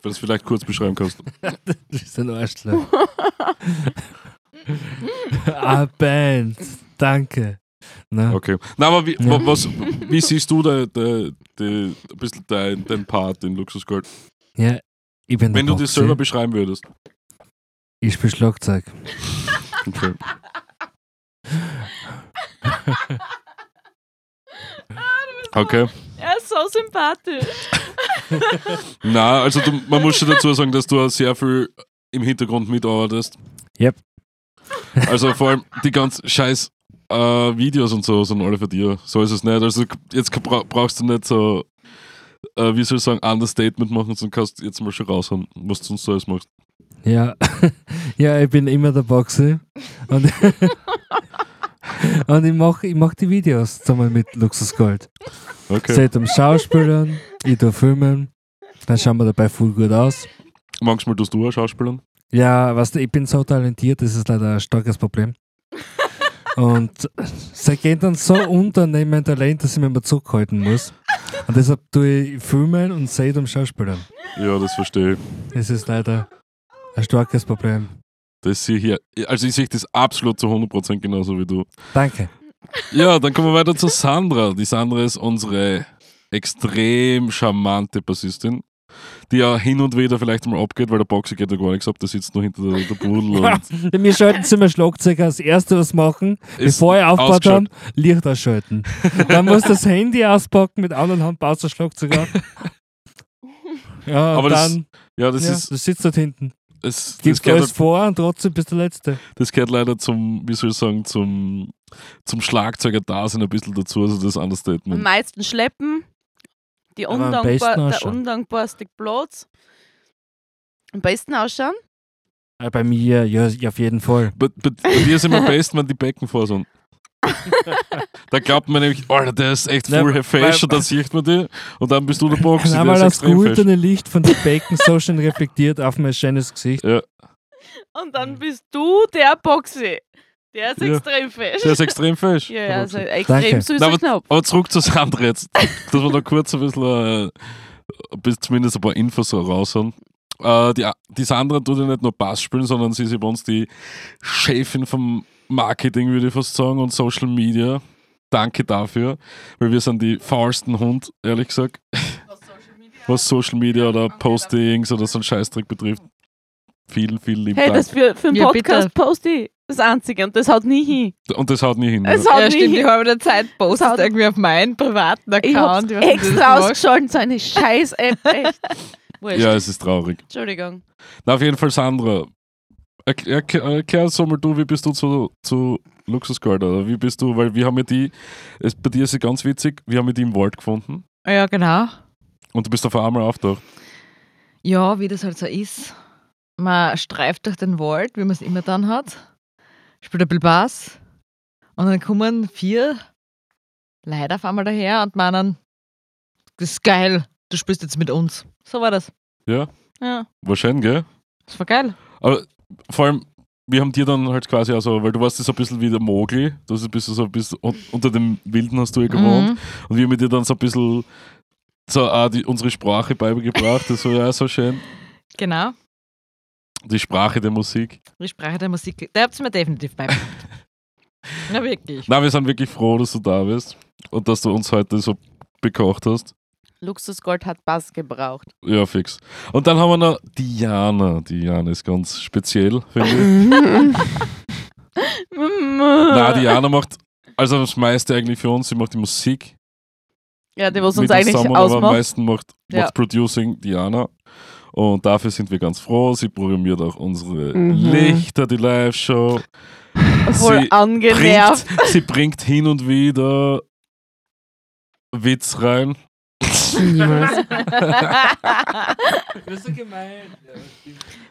C: Wenn du es vielleicht kurz beschreiben kannst.
E: Du bist ein
F: [laughs]
E: Arschloch. ah, Band. Danke. Na,
C: Okay. Na, aber wie,
E: Ja.
C: wa- was, wie siehst du da, da, da, ein bisschen dein, dein Part in Luxusgold?
E: Ja, ich bin der
C: Wenn du das
E: Boxer.
C: selber beschreiben würdest.
E: Ich spiele Schlagzeug.
C: Okay. Okay.
B: Er ist so sympathisch.
C: Na, also du, man muss schon dazu sagen, dass du auch sehr viel im Hintergrund mitarbeitest.
E: Yep.
C: Also vor allem die ganz scheiß äh, Videos und so sind alle für dir. So ist es nicht. Also jetzt bra brauchst du nicht so, äh, wie soll ich sagen, Understatement machen, sondern kannst jetzt mal schon raushauen, was du sonst so alles machst.
E: Ja. [laughs] ja, ich bin immer der Boxer. Und, [laughs] und ich mache ich mach die Videos zusammen mit Luxusgold. Okay.
C: Okay.
E: Seht um Schauspielern, ich tue Filmen. Dann schauen wir dabei voll gut aus.
C: Manchmal tust du auch Schauspielern.
E: Ja, weißt du, ich bin so talentiert, das ist leider ein starkes Problem. Und [laughs] sie gehen dann so unter neben mein Talent, dass ich mich immer zurückhalten muss. Und deshalb tue ich Filmen und seht um Schauspielern.
C: Ja, das verstehe ich.
E: Das ist leider ein starkes Problem.
C: Das sehe ich hier. Also ich sehe das absolut zu 100% genauso wie du.
E: Danke.
C: Ja, dann kommen wir weiter zu Sandra. Die Sandra ist unsere extrem charmante Bassistin, die ja hin und wieder vielleicht mal abgeht, weil der Boxer geht ja gar nichts ab, der sitzt nur hinter der, der Pudel und
E: [laughs] Wir schalten zum Beispiel Schlagzeuger als erstes was machen,
C: ist
E: bevor er aufgebaut
C: ausgeschaltet.
E: haben, Licht ausschalten. Dann muss das Handy auspacken, mit anderen Hand baust du Schlagzeuger.
C: [laughs]
E: Ja,
C: Aber
E: aber
C: das-
E: dann,
C: Ja, das
E: ja,
C: ist,
E: du sitzt dort hinten.
C: das, das,
E: Gibst
C: gehört, halt,
E: alles vor und trotzdem bist du der Letzte.
C: das gehört leider zum, wie soll ich sagen, zum, zum Schlagzeuger-Dasein ein bisschen dazu, also das
B: Am
C: Understatement.
B: meisten schleppen. Die
E: Aber am
B: undankbar,
E: besten
B: der
E: ausschauen.
B: undankbarste Platz. Am besten ausschauen.
E: Ah, Bei mir, ja, ja, auf jeden Fall.
C: Bei, bei, bei dir ist immer am besten, wenn die Becken vor sind. da glaubt man nämlich, Alter, der ist echt
E: Na,
C: full fesch
E: weil-
C: und dann sieht man die und dann bist du der Boxer,
E: Dann
C: der
E: einmal
C: ist
E: das
C: extrem fesch.
E: goldene Licht von den Becken so schön reflektiert auf mein schönes Gesicht.
B: Und dann bist du der Boxy. Der ist
C: Hm. Ja.
B: extrem fest.
C: Der ist extrem fesch.
B: Ja, ja, also
E: Danke.
B: extrem
C: Na,
B: süßer Knopf.
C: Aber zurück zu Sandra jetzt, dass wir da kurz ein bisschen, äh, bis zumindest ein paar Infos so raus haben. Äh, die, die Sandra tut ja nicht nur Bass spielen, sondern sie ist ja bei uns die Chefin vom Marketing, würde ich fast sagen, und Social Media. Danke dafür, weil wir sind die faulsten Hund, ehrlich gesagt, was Social Media oder Postings oder so einen Scheißdreck betrifft. Vielen, vielen lieben
B: Hey,
C: Dank.
B: das für, für einen
F: Ja, bitte.
B: Podcast poste ich. Das Einzige. Und das haut nie hin.
C: und das haut nie hin.
B: Es
C: ja.
B: haut
F: Ja,
B: nie
F: stimmt,
B: hin.
F: die halbe der Zeit
B: Das
F: postest
B: hat-
F: irgendwie auf meinen privaten
B: Ich hab's
F: Account. Ich weiß nicht, wie du
B: extra
F: das machst.
B: ausgeschalten, so eine scheiß App. Echt. Wurscht.
C: ja, es ist traurig.
B: Entschuldigung.
C: Na, auf jeden Fall, Sandra. Erk- erk- Erklär so mal du, wie bist du zu, zu Luxusgold? Oder wie bist du? Weil wir haben ja die, es, bei dir ist ja ganz witzig, wir haben ja die im Wald gefunden
F: Ja, genau.
C: und du bist auf einmal auftaucht.
F: Ja, wie das halt so ist. Man streift durch den Wald, wie man es immer dann hat, spielt ein bisschen Bass und dann kommen vier Leute auf einmal daher und meinen, das ist geil, du spielst jetzt mit uns. So war das.
C: Ja?
F: Ja,
C: War schön, gell?
F: das war geil.
C: Aber vor allem, wir haben dir dann halt quasi, also, weil du warst so ein bisschen wie der Mogli, du hast ein bisschen so ein bisschen un unter dem Wilden hast du ja gewohnt.
F: Mhm.
C: Und wir haben dir dann so ein bisschen so, ah, die, unsere Sprache beigebracht, das war ja auch so schön.
F: Genau.
C: Die Sprache der Musik.
F: Die Sprache der Musik. Da habt ihr mir definitiv beigebracht. Na wirklich.
C: Na, wir sind wirklich froh, dass du da bist und dass du uns heute so bekocht hast.
B: Luxusgold hat Bass gebraucht.
C: Ja, fix. Und dann haben wir noch Diana. Diana ist ganz speziell, finde
B: [laughs]
C: ich.
B: Mm.
C: Na, Diana macht, also das meiste eigentlich für uns, sie macht die Musik.
B: Ja, die was
C: mit
B: uns
C: dem
B: eigentlich
C: Samuel, Aber am
B: ausmacht.
C: meisten macht,
B: Ja.
C: macht Producing Diana. Und dafür sind wir ganz froh. Sie programmiert auch unsere
D: Mhm.
C: Lichter, die Live-Show.
B: Voll
C: Sie
B: angenervt.
C: bringt, sie bringt hin und wieder Witz rein.
D: Niemals.
E: Das ist so gemein.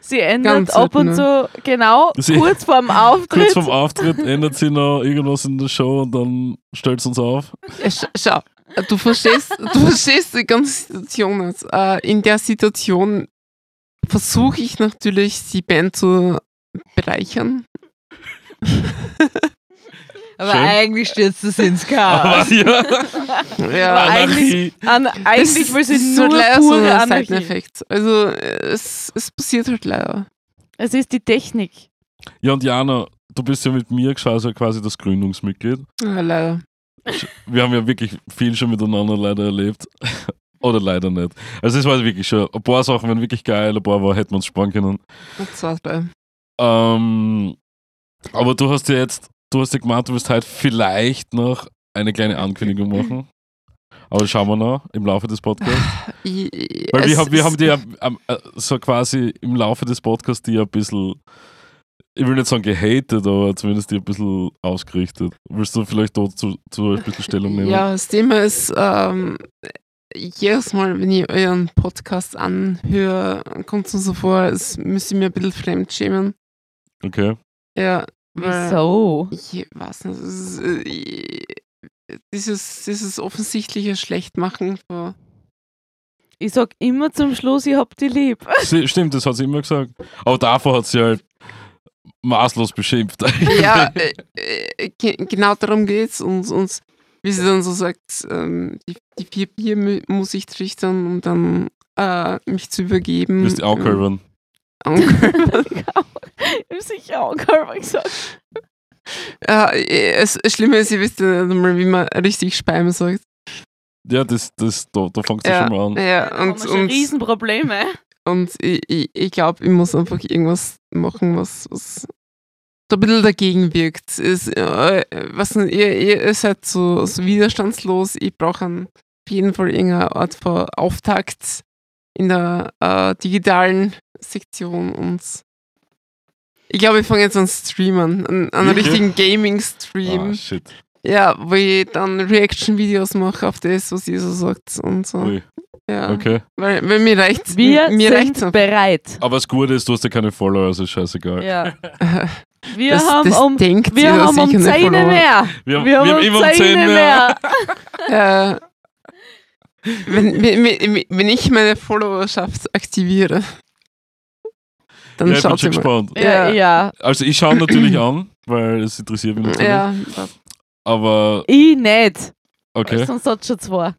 B: Sie ändert
D: Ganz
B: ab und
D: selten,
B: zu, genau,
C: Sie-
B: kurz vorm
C: Kurz
B: Auftritt.
C: vorm Auftritt ändert sie noch irgendwas in der Show und dann stellt sie uns auf.
D: Äh, sch- Schau, du verstehst, du verstehst die ganze Situation nicht. Äh, in der Situation versuche ich natürlich, die Band zu bereichern.
F: Aber
C: Schön.
F: eigentlich stürzt es ins Chaos.
C: Aber [laughs] ja,
D: Ja,
C: Anarchie.
B: An, eigentlich will sie nur pure Anarchie.
D: Seiteneffekt. Also äh, es, es passiert halt leider.
B: Es ist die Technik.
C: ja, und Jana, du bist ja mit mir quasi quasi das Gründungsmitglied.
D: Ja, leider.
C: wir haben ja wirklich viel schon miteinander leider erlebt. [laughs] Oder leider nicht. Also es war wirklich schon, ein paar Sachen waren wirklich geil, ein paar war, hätten wir uns sparen können.
D: Und zwar drei.
C: Ähm, aber du hast ja jetzt, du hast ja gemeint, du wirst halt vielleicht noch eine kleine Ankündigung machen. Aber schauen wir noch im Laufe des Podcasts.
D: I- i-
C: Weil wir,
D: es
C: haben, wir
D: ist-
C: haben dir ja ähm, äh, so quasi im Laufe des Podcasts die ja ein bisschen, ich will nicht sagen gehatet, aber zumindest die ein bisschen ausgerichtet. Willst du vielleicht dazu zu ein bisschen Stellung nehmen?
D: Ja, das Thema ist, ähm, jedes Mal, wenn ich euren Podcast anhöre, kommt es mir so vor, es müsste ich mir ein bisschen fremd schämen.
C: Okay.
D: Ja, weil-
B: Wieso?
D: Ich weiß nicht. Es ist, äh, ich- dieses, dieses offensichtliche Schlechtmachen von.
B: Ich sag immer zum Schluss, ich hab die lieb. [laughs]
C: Sie, stimmt, das hat sie immer gesagt. Aber davor hat sie halt maßlos beschimpft. [laughs]
D: Ja, äh, äh, ge- genau darum geht's. Und, und wie sie dann so sagt, ähm, die, die vier Bier mü- muss ich trichtern, um dann äh, mich zu übergeben. Ähm,
C: Du bist die Alkoholin.
D: Anker-
B: Ich hab sicher auch gar nicht gesagt.
D: Äh, äh, das Schlimme ist, ihr wisst ja nicht einmal, wie man richtig Speimen sagt.
C: Ja, das, das, da, da fängt sie
D: Ja.
C: schon mal an.
D: Ja,
B: Und,
D: Äh, und, und,
B: Äh, Riesenprobleme.
D: [laughs] und ich, ich, ich glaube, ich muss einfach irgendwas machen, was, was da ein bisschen dagegen wirkt. Ist, äh, was, nicht, ihr, ihr seid so, so widerstandslos. Ich brauche auf jeden Fall irgendeine Art von Auftakt in der äh, digitalen Sektion. Und ich glaube, ich fange jetzt an Streamen, an, an einen
C: Wirklich?
D: richtigen Gaming-Stream.
C: Ah, shit.
D: Ja, wo ich dann Reaction-Videos mache auf das, was ihr so sagt und so.
C: Ui,
D: Ja.
C: okay.
D: Weil, weil mir reicht
B: Wir
D: mir reicht's
B: sind bereit.
C: Aber das Gute ist, du hast ja keine Follower, also ist scheißegal.
B: Ja.
D: einfach.
B: Wir
D: [laughs] das,
B: haben
D: das
B: um,
D: denkt
B: wir
D: ihr, dass
B: haben
D: ich
B: um
D: keine
B: 10
D: Follower-
B: mehr.
C: Wir,
B: Wir haben um 10 mehr.
D: Ja. wenn, wenn, wenn- wenn ich meine Followerschaft aktiviere, dann
C: Ja, ich bin
D: schaut
C: schon
D: ihr mal.
C: gespannt.
B: Ja,
D: Ja.
B: ja.
C: Also ich schaue
D: [clears throat]
C: natürlich an, weil es interessiert mich natürlich.
D: Ja,
C: Aber
B: Ich nicht.
C: okay.
B: Sonst hat schon zwei.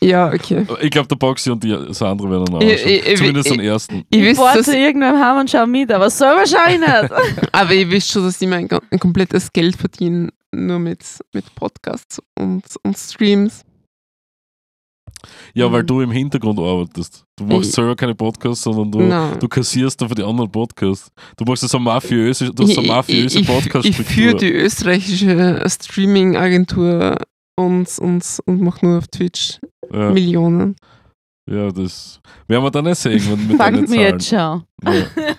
D: ja, okay.
C: Ich glaube, der Boxy und die Sandra werden auch anschauen.
D: Ich- Also ich- ich-
C: Zumindest den
D: ich-
C: ersten.
D: Ich
B: Ich
D: wisst,
B: fahre
D: dass,
B: zu irgendeinem heim und schau mit, aber selber schau ich nicht.
D: aber ihr wisst schon, dass ich mein ga- ein komplettes Geld verdiene, nur mit, mit Podcasts und, und Streams.
C: Ja, weil du im Hintergrund arbeitest. Du machst
D: Mhm. Ich-
C: selber keine Podcasts, sondern du,
D: Nein.
C: Du kassierst dann für die anderen Podcasts. Du machst das so mafiöse, du hast so
D: Ich-
C: mafiöse
D: ich- Ich, ich führe
C: Podcast-Struktur.
D: die österreichische Streaming-Agentur und, und, und mache nur auf Twitch
C: Ja,
D: Millionen.
C: ja, das werden wir dann eh sehen, wenn [laughs] mit deinen
B: Fangt mir
C: Zahlen.
B: jetzt schon.
C: Ja.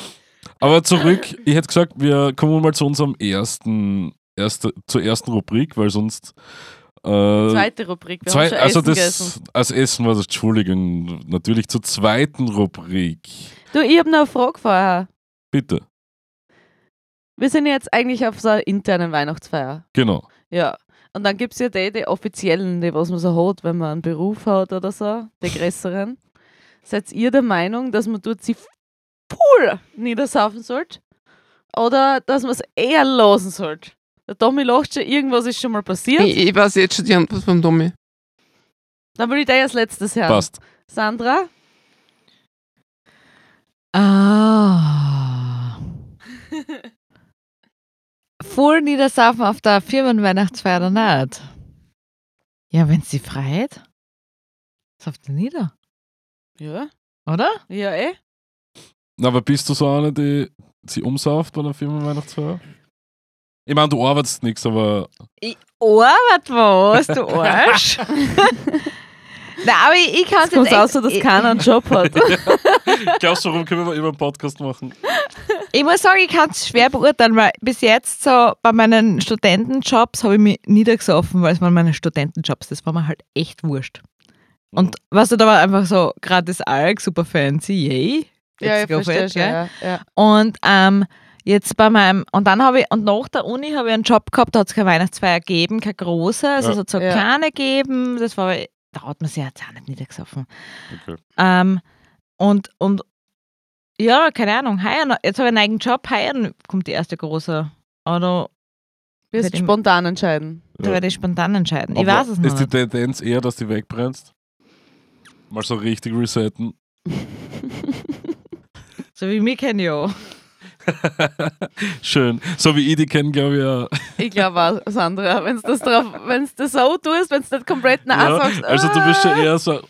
C: [laughs] Aber zurück, ich hätte gesagt, wir kommen mal zu unserem ersten, erste, zur ersten Rubrik, weil sonst. Äh,
B: Zweite Rubrik. Wir
C: zwei-
B: haben schon
C: also
B: Essen
C: das
B: gegessen.
C: als Essen war das, Entschuldigung, natürlich zur zweiten Rubrik.
B: Du, ich habe noch eine Frage vorher.
C: Bitte,
B: Wir sind jetzt eigentlich auf so einer internen Weihnachtsfeier.
C: genau.
B: Ja. Und dann gibt es ja die, die offiziellen, die was man so hat, wenn man einen Beruf hat oder so, die größeren. Seid ihr der Meinung, dass man dort sich Pool niedersaufen sollt oder dass man es eher lassen sollt. Der Tommy lacht schon, irgendwas ist schon mal passiert.
D: Ich, ich weiß jetzt schon die Antwort vom Tommy.
B: Dann will ich dir als letztes hören.
C: Passt.
B: Sandra?
F: Ah. Voll niedersaufen auf der Firmenweihnachtsfeier oder nicht? Ja, wenn sie frei hat, sauft sie nieder,
B: Ja?
F: oder?
B: Ja, eh?
C: Na, aber bist du so eine, die sie umsauft bei der Firmenweihnachtsfeier? Ich meine, du arbeitest nichts, aber
F: Ich arbeit was, [laughs] du Arsch. Nein, aber ich, ich kann
B: Jetzt
F: es jetzt
B: kommt
F: echt,
B: aus, dass
F: ich,
B: keiner einen Job
F: [laughs]
B: hat.
C: glaubst du, warum können wir immer einen Podcast machen?
F: ich muss sagen, ich kann es schwer beurteilen, weil bis jetzt so bei meinen Studentenjobs habe ich mich niedergesoffen, weil es waren meine Studentenjobs, das war mir halt echt wurscht.
B: Mhm.
F: Und weißt du, da war einfach so gratis Alk, super fancy, yay.
B: ja, ich
F: Let's go for
B: verstehe
F: it,
B: schon.
F: gell?
B: Ja, ja.
F: Und ähm, jetzt bei meinem, und dann habe ich, und nach der Uni habe ich einen Job gehabt, da hat es keine Weihnachtsfeier gegeben, keine große, also
C: Ja.
F: es hat so
B: Ja.
F: keine gegeben, das war, da hat man sich jetzt auch nicht niedergesoffen.
C: Okay.
F: Ähm, und, und ja, keine Ahnung, heuer, noch- jetzt habe ich einen eigenen Job, heuer kommt die erste große. Oder
B: Wirst
F: Hätte ich-
B: spontan entscheiden.
F: da
C: Ja.
F: werde ich spontan entscheiden. Ich
C: Aber
F: weiß es noch
C: Ist die
F: nicht.
C: Tendenz eher, dass die wegbrennst? Mal so richtig resetten. [laughs]
F: So wie mich
C: [laughs]
F: kennen ja.
C: Schön. So wie ich die kenne, glaube ich.
B: ich glaube auch, Sandra, wenn du das, drauf- wenn's das so tust, wenn du nicht komplett
C: Ja.
B: nein
C: ja.
B: sagst.
C: Also du bist
D: äh.
C: ja
B: ah.
C: eher so,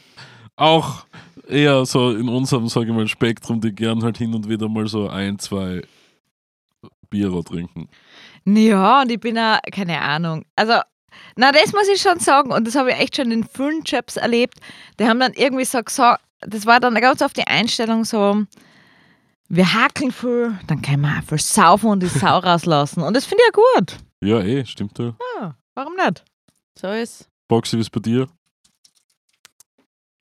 C: auch eher so in unserem, sage ich mal, Spektrum, die gern halt hin und wieder mal so ein, zwei Bierer trinken.
F: Ja, und ich bin auch, keine Ahnung. Also, na, das muss ich schon sagen, und das habe ich echt schon in vielen Jobs erlebt. Die haben dann irgendwie so gesagt, das war dann ganz oft die Einstellung so, wir hackeln viel, dann können wir auch viel saufen und die Sau [laughs] rauslassen. Und das finde ich ja gut.
C: Ja, eh, stimmt ja.
F: Ja, warum nicht?
B: So "Ah, ist
C: Boxy, wie ist bei dir?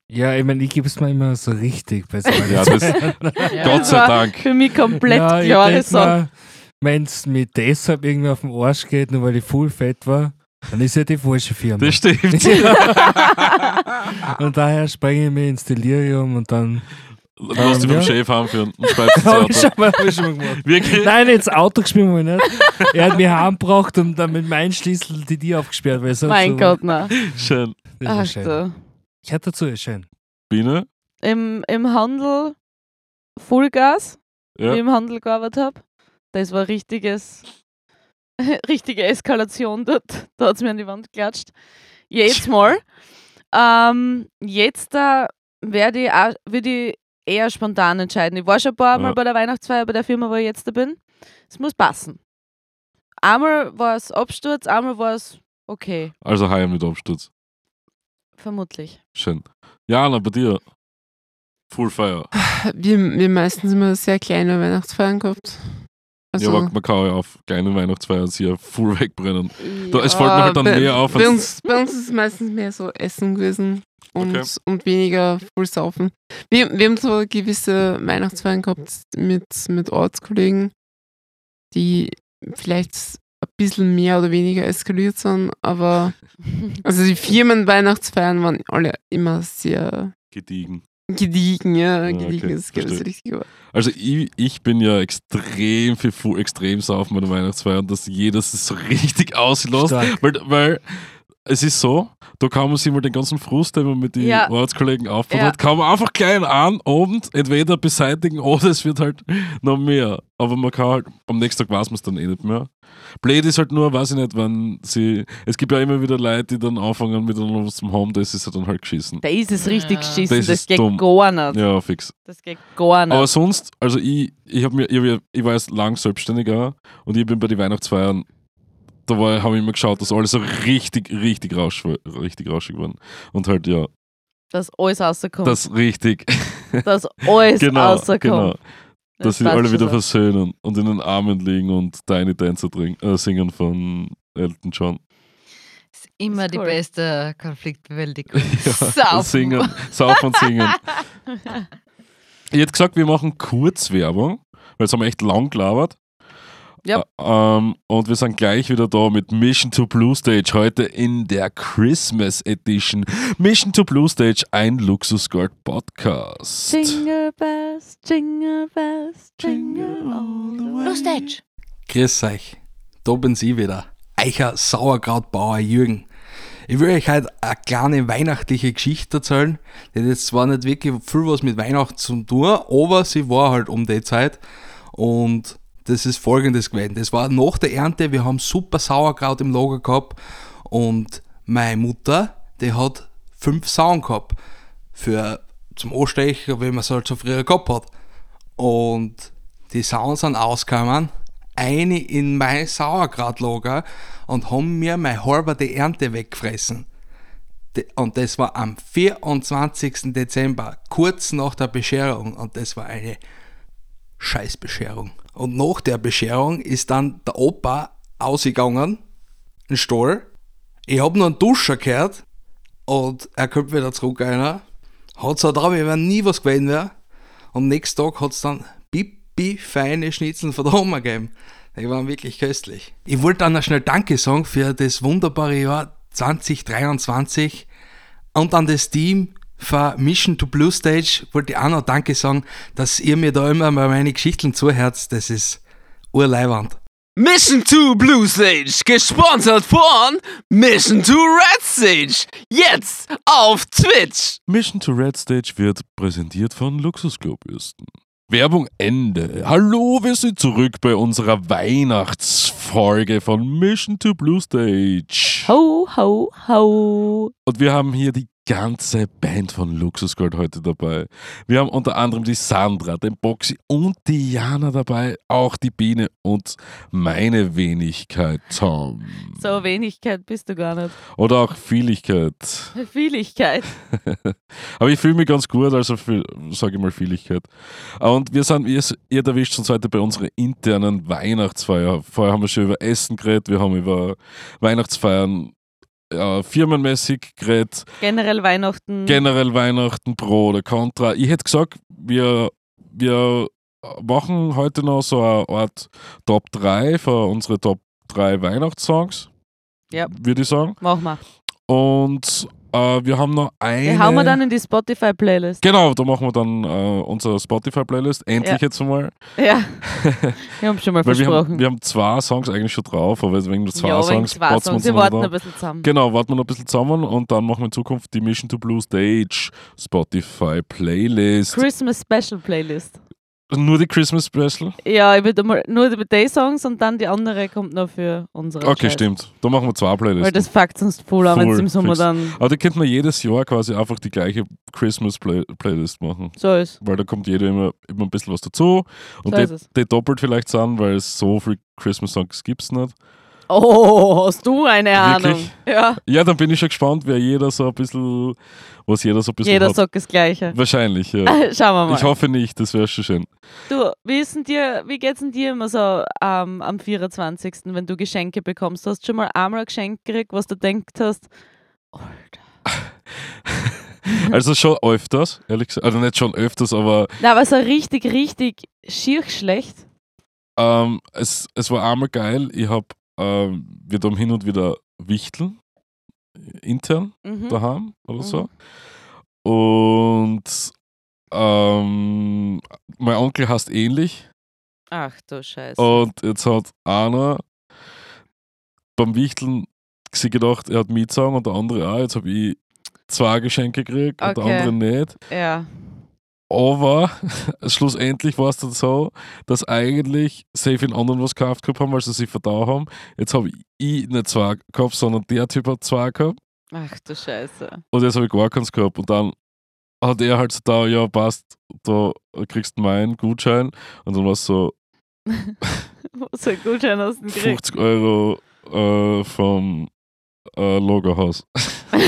E: Ja, ich meine, ich gebe es mir immer so richtig bei so
C: Ja,
E: [laughs]
C: das- Gott sei
B: war
C: Dank.
B: Für mich komplett
E: ja,
B: klare Sache.
E: Wenn es mir deshalb irgendwie auf den Arsch geht, nur weil ich full fett war, dann ist ja die falsche Firma.
C: Das stimmt.
E: und daher springe ich mir ins Delirium und [laughs] dann.
C: Lass dich
E: Ja.
C: beim Chef heimführen und schreibst ins
E: Hab ich
C: Auto.
E: schon mal, hab ich schon mal gemacht.
C: Wirklich?
E: Nein, ins Auto gespielt habe ich nicht. Er hat mich heimgebracht und dann mit meinem Schlüssel die die aufgesperrt, weil sonst.
B: Mein
C: also
E: so,
B: Gott, nein.
C: Schön.
E: Das war
B: Ach
E: schön.
B: du.
E: Ich hatte dazu ja schön.
C: Biene?
B: Im, Im Handel Vollgas,
C: Ja.
B: wie ich im Handel gearbeitet habe. Das war richtiges, [laughs] richtige Eskalation dort. Da hat es mir an die Wand geklatscht. Jedes Mal. Ähm, jetzt da werde ich, auch- würde ich eher spontan entscheiden. Ich war schon ein paar Mal
C: Ja.
B: bei der Weihnachtsfeier bei der Firma, wo ich jetzt da bin. Es muss passen. Einmal war es Absturz, einmal war es okay,
C: Also heim mit Absturz.
B: vermutlich.
C: Schön. Jana, bei dir? Full Fire.
D: Wir, wir meistens immer sehr kleine Weihnachtsfeiern gehabt. Also
C: ja, aber man kann ja auf kleine Weihnachtsfeiern sich ja full wegbrennen. Da- es fällt mir halt dann
D: bei,
C: mehr auf
D: Bei
C: als-
D: uns, bei uns ist es meistens mehr so Essen gewesen und,
C: Okay.
D: und weniger voll saufen. Wir, wir haben so gewisse Weihnachtsfeiern gehabt mit, mit Ortskollegen, die vielleicht ein bisschen mehr oder weniger eskaliert sind,
C: [laughs]
D: aber also die Firmenweihnachtsfeiern waren alle immer sehr
C: Gediegen.
D: gediegen, ja,
C: Ja,
D: gediegen
C: Ah, okay,
D: ist glaube ich das
C: verstehe.
D: richtige Wort.
C: Also ich, ich bin ja extrem viel full, extrem saufen bei der Weihnachtsfeier und dass jeder sich so [laughs] richtig auslässt.
E: Stark.
C: Weil, weil es ist so, da kann man sich mal den ganzen Frust, den man mit den
B: Ja.
C: Ortskollegen aufbaut
B: Ja.
C: hat, kann man einfach klein an, obend, entweder beseitigen oder es wird halt noch mehr. Aber man kann halt, am nächsten Tag weiß man es dann eh nicht mehr. Blöd ist halt nur, weiß ich nicht, wenn sie, es gibt ja immer wieder Leute, die dann anfangen mit einem aus dem Home, das ist ja dann halt geschissen.
B: Da ist es richtig
F: Ja.
B: geschissen,
C: Das
B: das,
C: ist
B: geht
C: dumm.
B: gar nicht.
C: Ja, fix.
B: Das geht gar nicht.
C: Aber sonst, also ich, ich habe mir, ich, hab ja- ich war jetzt lang selbstständiger und ich bin bei den Weihnachtsfeiern, da habe ich immer geschaut, dass alle so richtig, richtig rausch, richtig rauschig waren. Und halt ja,
B: dass alles rauskommt.
C: das richtig,
B: dass
C: [laughs]
B: alles
C: genau,
B: rauskommt.
C: genau, dass
B: Das
C: sie alle
B: passt
C: wieder
B: schon so.
C: versöhnen und in den Armen liegen und Tiny Dancer trinken, äh, singen von Elton John.
F: Ist immer
B: Ist
F: die
B: cool.
F: beste Konfliktbewältigung.
C: [laughs] Ja,
F: Saufen.
C: Singen, saufen und singen. Ich hätte gesagt, wir machen Kurzwerbung, weil es haben wir echt lang gelabert.
B: Ja.
C: Ä- Ähm, und wir sind gleich wieder da mit Mission to Blue Stage heute in der Christmas Edition. Mission to Blue Stage, ein Luxusgold Podcast.
B: Jingle bells, jingle bells, jingle all the way.
F: Lustig.
G: Grüß euch, da bin's ich wieder, eicher Sauerkrautbauer Jürgen. Ich will euch heute eine kleine weihnachtliche Geschichte erzählen, die hat jetzt zwar nicht wirklich viel was mit Weihnachten zu tun, aber sie war halt um die Zeit und das ist folgendes gewesen. Das war nach der Ernte, wir haben super Sauerkraut im Lager gehabt und meine Mutter, die hat fünf Sauen gehabt für zum Anstechen, wenn man es halt so früher gehabt hat. Und die Sauen sind ausgekommen, eine in mein Sauerkrautlager und haben mir meine halbe Ernte weggefressen. De- Und das war am 24. Dezember, kurz nach der Bescherung. Und das war eine Scheißbescherung. Und nach der Bescherung ist dann der Opa ausgegangen, in den Stall. Ich hab noch einen Duscher gehört und er kommt wieder zurück einer. Hat so drauf, wenn nie was gewesen wäre. Am nächsten Tag hat es dann pipi feine Schnitzel von der Oma gegeben. Die waren wirklich köstlich. Ich wollte dann noch schnell Danke sagen für das wunderbare Jahr 2023 und an das Team von Mission to Blue Stage wollte ich auch noch Danke sagen, dass ihr mir da immer bei meinen Geschichten zuhört. Das ist urleiwand.
H: Mission to Blue Stage, gesponsert von Mission to Red Stage. Jetzt auf Twitch.
C: Mission to Red Stage wird präsentiert von Luxusklobürsten. Werbung Ende. Hallo, wir sind zurück bei unserer Weihnachtsfolge von Mission to Blue Stage.
B: Ho, ho, ho.
C: Und wir haben hier die ganze Band von Luxusgold heute dabei. Wir haben unter anderem die Sandra, den Boxy und die Jana dabei, auch die Biene und meine Wenigkeit, Tom.
B: So Wenigkeit bist du gar nicht.
C: Oder auch Vieligkeit.
B: Vieligkeit.
C: Aber ich fühle mich ganz gut, also sage ich mal Vieligkeit. Und wir sind, ihr, ihr erwischt uns heute bei unserer internen Weihnachtsfeier. Vorher haben wir schon über Essen geredet, wir haben über Weihnachtsfeiern äh, firmenmäßig geredet,
B: Generell Weihnachten.
C: generell Weihnachten pro oder contra. Ich hätte gesagt, wir, wir machen heute noch so eine Art Top 3 für unsere Top 3 Weihnachtssongs.
B: Ja.
C: Würde ich sagen.
B: Mach mal.
C: Und äh, wir haben noch eine.
B: Die hauen wir dann in die Spotify-Playlist.
C: Genau, da machen wir dann äh, unsere Spotify-Playlist. Endlich
B: Ja.
C: jetzt einmal. [laughs]
B: Ja. Wir haben schon mal
C: Weil wir haben,
B: versprochen.
C: wir haben zwei Songs eigentlich schon drauf, aber wegen nur zwei
B: ja, wegen
C: Songs
B: zwei
C: botzen wir
B: Songs.
C: uns
B: Wir warten ein
C: noch.
B: bisschen zusammen.
C: Genau, warten wir noch ein bisschen zusammen und dann machen wir in Zukunft die Mission to Blue Stage Spotify-Playlist.
B: Christmas Special Playlist.
C: Nur die Christmas Special?
B: Ja, ich würde mal nur über die Songs und dann die andere kommt noch für unsere.
C: Okay,
B: Scheiß.
C: stimmt. Da machen wir zwei
B: Weil
C: Playlists.
B: das fuckt sonst voll an, wenn es
C: Voll,
B: im Sommer
C: fix.
B: dann
C: Aber da könnte man jedes Jahr quasi einfach die gleiche Christmas Play Playlist machen.
B: so ist.
C: Weil da kommt jeder immer, immer ein bisschen was dazu. Und
B: So
C: die,
B: ist es.
C: die doppelt vielleicht sind, weil es so viele Christmas-Songs gibt es nicht.
B: Oh, hast du eine Ahnung?
C: Wirklich?
B: Ja,
C: Ja, dann bin ich schon gespannt, wer jeder so ein bisschen, was jeder so ein bisschen
B: jeder
C: hat.
B: sagt das Gleiche. [laughs]
C: Wahrscheinlich, ja.
B: Schauen wir mal.
C: Ich hoffe nicht, das wäre schon schön.
B: Du, wie, ist denn dir, wie geht's denn dir immer so ähm, am 24., wenn du Geschenke bekommst? Hast du schon mal einmal ein Geschenk gekriegt, was du denkt hast? Alter.
C: Also schon öfters, ehrlich gesagt. Also nicht schon öfters, aber
B: Na, aber so richtig, richtig schier schlecht.
C: ähm, es, es war einmal geil. Ich habe, ähm, wir haben hin und wieder Wichteln äh, intern
B: Mhm.
C: daheim oder so.
B: Mhm.
C: Und ähm, mein Onkel heißt ähnlich.
B: Ach du Scheiße.
C: Und jetzt hat einer beim Wichteln sich gedacht, er hat mitsagen und der andere auch. Jetzt habe ich zwei Geschenke gekriegt und
B: Okay.
C: der andere nicht.
B: Ja.
C: Aber [laughs] schlussendlich war es dann so, dass eigentlich safe in anderen was gekauft gehabt haben, weil sie sich verdaut haben. Jetzt habe ich nicht zwei gehabt, sondern der Typ hat zwei gehabt
B: Ach du Scheiße. [laughs]
C: und jetzt habe ich gar keins gehabt. Und dann hat er halt so da, ja passt, da kriegst du meinen Gutschein. Und dann war es so,
B: so einen Gutschein hast du denn gekriegt.
C: 50 Euro äh, vom äh, Lagerhaus.
B: [laughs] Voll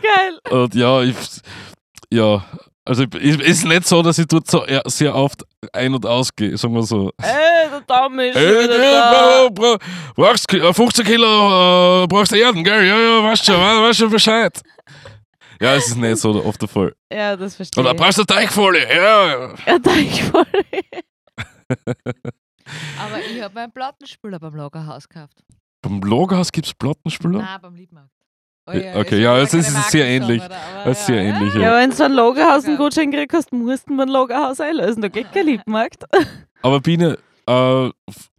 B: geil.
C: Und ja, ich, ja, also ich, ich, ist nicht so, dass ich dort so ja, sehr oft ein- und ausgehe, sagen wir so.
B: Ey, der Tom ist schon
C: Äh,
B: wieder
C: äh,
B: da.
C: bra- bra- brauchst ki- äh, 15 Kilo, äh, brauchst du Erden, gell? Ja, ja, weißt schon, we- weißt schon Bescheid. Ja, es ist nicht so oft der Fall.
B: Ja, das verstehe
C: Oder
B: ich.
C: brauchst du eine Teigfolie? Ja.
B: Ja, danke voll.
F: Aber ich habe meinen Plattenspüler beim Lagerhaus gekauft.
C: Beim Loghaus gibt es Plattenspüler?
F: Nein, beim Liedmarkt. Oh
C: Ja, okay, ja,
F: will
C: das ist
F: keine
C: sehr
F: Marken
C: ähnlich.
F: sagen, oder? Aber
C: Das ist sehr ähnlich, ja.
B: Ja, wenn du einen Lagerhaus einen Gutschein gekriegt hast, musst du einen Lagerhaus einlösen. Da geht kein Liebmarkt. [laughs]
C: Aber Biene, äh,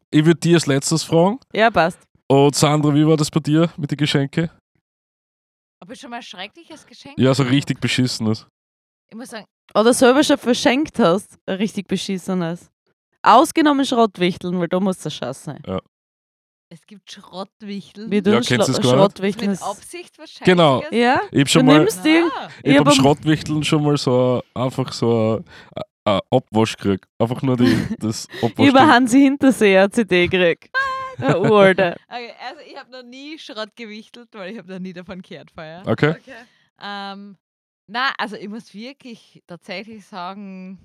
C: ich würde dir als letztes fragen.
B: Ja, passt.
C: Und Sandra, wie war das bei dir mit den Geschenken?
F: Ob ich schon mal ein schreckliches Geschenk
C: Ja, so
F: bekommen
C: richtig
F: hab?
C: beschissenes.
F: Ich muss sagen,
B: Oder selber schon verschenkt hast. ein Richtig beschissenes. Ausgenommen Schrottwichteln, weil da muss der Scheiß sein.
F: es gibt Schrottwichteln.
B: Wie du
C: Ja,
B: ja,
C: kennst du's gar nicht?
B: Schrottwichteln
F: mit
B: ist.
F: Absicht wahrscheinlich.
C: Genau.
B: Ja,
C: Ich hab
B: du
C: schon mal,
B: nimmst den.
C: ich
B: ich
C: hab
B: hab
C: beim
B: am-
C: Schrottwichteln schon mal so ein- einfach so ein- ein Abwasch gekriegt. Einfach nur
B: [laughs]
C: die, das Abwasch.
B: Über Hansi Hintersee eine CD [laughs] gekriegt. Eine uralte.
F: Okay, also ich habe noch nie Schrott gewichtelt, weil ich habe noch nie davon gehört vorher.
C: Okay.
F: Ähm, na, also ich muss wirklich tatsächlich sagen,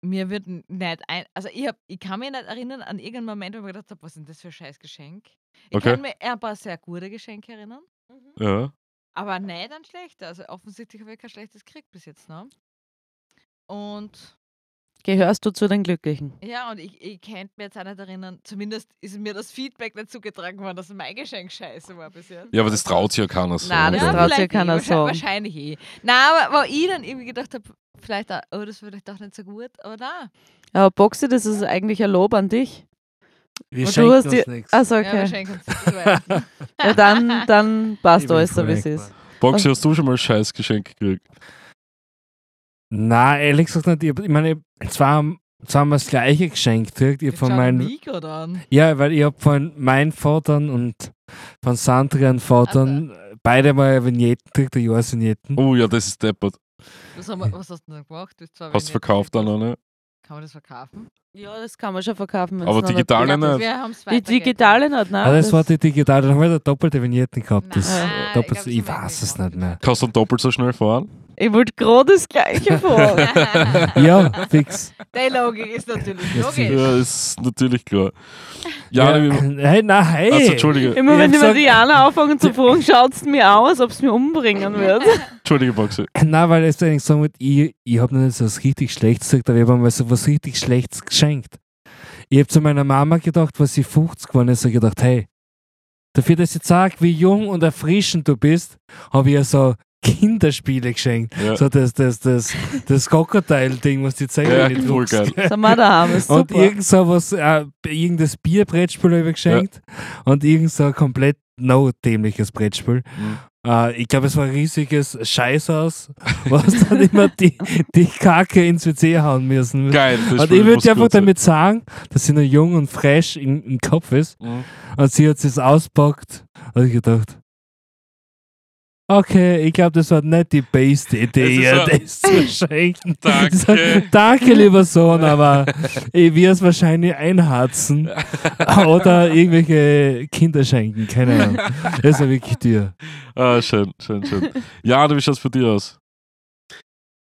F: mir wird n- nicht ein. Also ich, hab, ich kann mich nicht erinnern an irgendeinen Moment, wo ich mir gedacht habe, was ist denn das für ein scheiß Geschenk? Ich
C: Okay. Mhm.
F: kann mir an ein paar sehr gute Geschenke erinnern,
C: Ja.
F: aber nicht an schlechte. Also offensichtlich habe ich kein schlechtes gekriegt bis jetzt noch. Und
B: Gehörst du zu den Glücklichen?
F: ja, und ich, ich könnte mir jetzt auch nicht erinnern, zumindest ist mir das Feedback nicht zugetragen worden, dass mein Geschenk scheiße war bis jetzt.
C: ja, aber das traut sich ja keiner so.
B: Nein, das
C: oder?
B: traut- sich
F: vielleicht
B: keiner
F: eh,
B: sagen.
F: Wahrscheinlich wahrscheinlich eh. Nein, aber wo ich dann irgendwie gedacht habe, vielleicht, auch, oh, das wird doch nicht so gut, aber nein.
B: Aber Boxi, das ist eigentlich ein Lob an dich.
E: Wir
B: Und du
E: schenken
B: hast
E: uns
B: die-
E: nichts. [laughs]
B: Also
F: Ja,
B: okay.
F: wahrscheinlich kannst du das beweisen.
B: Ja, dann, [laughs] dann passt
E: Ich bin
B: alles so, also, wie es
E: verrückt,
B: ist.
E: Mann.
C: Boxi, hast du schon mal ein scheiß Geschenk gekriegt?
E: Nein, ehrlich gesagt nicht. Ich, hab- ich meine, zwar zweimal das gleiche geschenkt gekriegt. Ich hab
F: Jetzt
E: von
F: schau den
E: meinem
F: Nico dann.
E: Ja, weil ich hab von meinen Vatern und von Sandrian Vatern äh, beide mal Vignetten gekriegt, die Jahresvignetten.
C: Oh ja, das ist deppert.
F: Was, haben wir, was hast du denn gemacht? Du hast zwei
C: Hast du
F: Vignetten
C: verkauft dann
F: gekriegt.
C: noch, ne?
F: Kann man das verkaufen? Also
B: Ja, das kann man schon verkaufen. wenn's
C: Aber
B: noch nicht
C: digitale
B: gibt.
C: nicht.
F: Wir haben's
B: Die
F: weitergegeben.
B: digitale nicht, nein.
E: Ah, das war die digitale, dann haben wir da doppelte Vignetten gehabt. das
F: Nein,
E: doppelt,
F: ich glaub,
E: ich
F: das haben wir
E: weiß es
F: gemacht.
E: nicht mehr.
C: Kannst du dann doppelt so schnell fahren?
B: ich wollte gerade das Gleiche vor.
E: Ja, fix.
F: [laughs] Die Logik ist natürlich
E: Das
F: logisch.
C: Ja, ist natürlich klar. Ja,
E: ja.
C: wie-
E: Hey, nein, hey.
C: also entschuldige,
B: Immer
E: Ich
B: wenn
E: hab
B: die
E: gesagt-
B: Marianer anfangen zu fragen, schaut es mir aus, ob es mir umbringen wird.
C: entschuldige Boxi.
E: Nein, weil es eigentlich sagen wird, ich, ich habe nicht so was richtig Schlechtes gesagt, aber ich habe mal so was richtig Schlechtes geschenkt. Ich habe zu meiner Mama gedacht, was sie 50 geworden ist, habe ich gedacht, hey, dafür, dass ich sage, wie jung und erfrischend du bist, habe ich ihr so Kinderspiele geschenkt.
C: Ja.
E: So das, das, das, das Crocodile-Ding, was die zeigen.
C: Ja,
E: wenn die
C: voll
E: druckst.
C: geil.
B: Sind wir daheim, ist
E: Und
B: super.
E: irgend so was, äh, irgendein Bierbrettspiel habe ich ihr geschenkt und irgend so ein komplett no dämliches Brettspiel.
C: Mhm.
E: Äh, ich glaube, es war ein riesiges Scheißhaus, [laughs] was dann immer die, die Kacke ins WC hauen müssen.
C: Geil. Das
E: und
C: Spiel
E: ich
C: muss
E: würde einfach
C: gut sein.
E: damit sagen, dass sie noch jung und fresh im, im Kopf ist.
C: Mhm.
E: Und sie hat es auspackt und ich gedacht, okay, ich glaube, das war nicht die beste Idee,
C: Es ist
E: ihr
C: so-
E: das zu schenken.
C: Danke.
E: So, Danke, lieber Sohn,
C: [laughs]
E: aber ich werde es wahrscheinlich einharzen oder irgendwelche Kinder schenken, keine Ahnung. Das war wirklich
C: [laughs]
E: dir.
C: Ah, schön, schön, schön. Ja, du, wie schaut's für dich aus?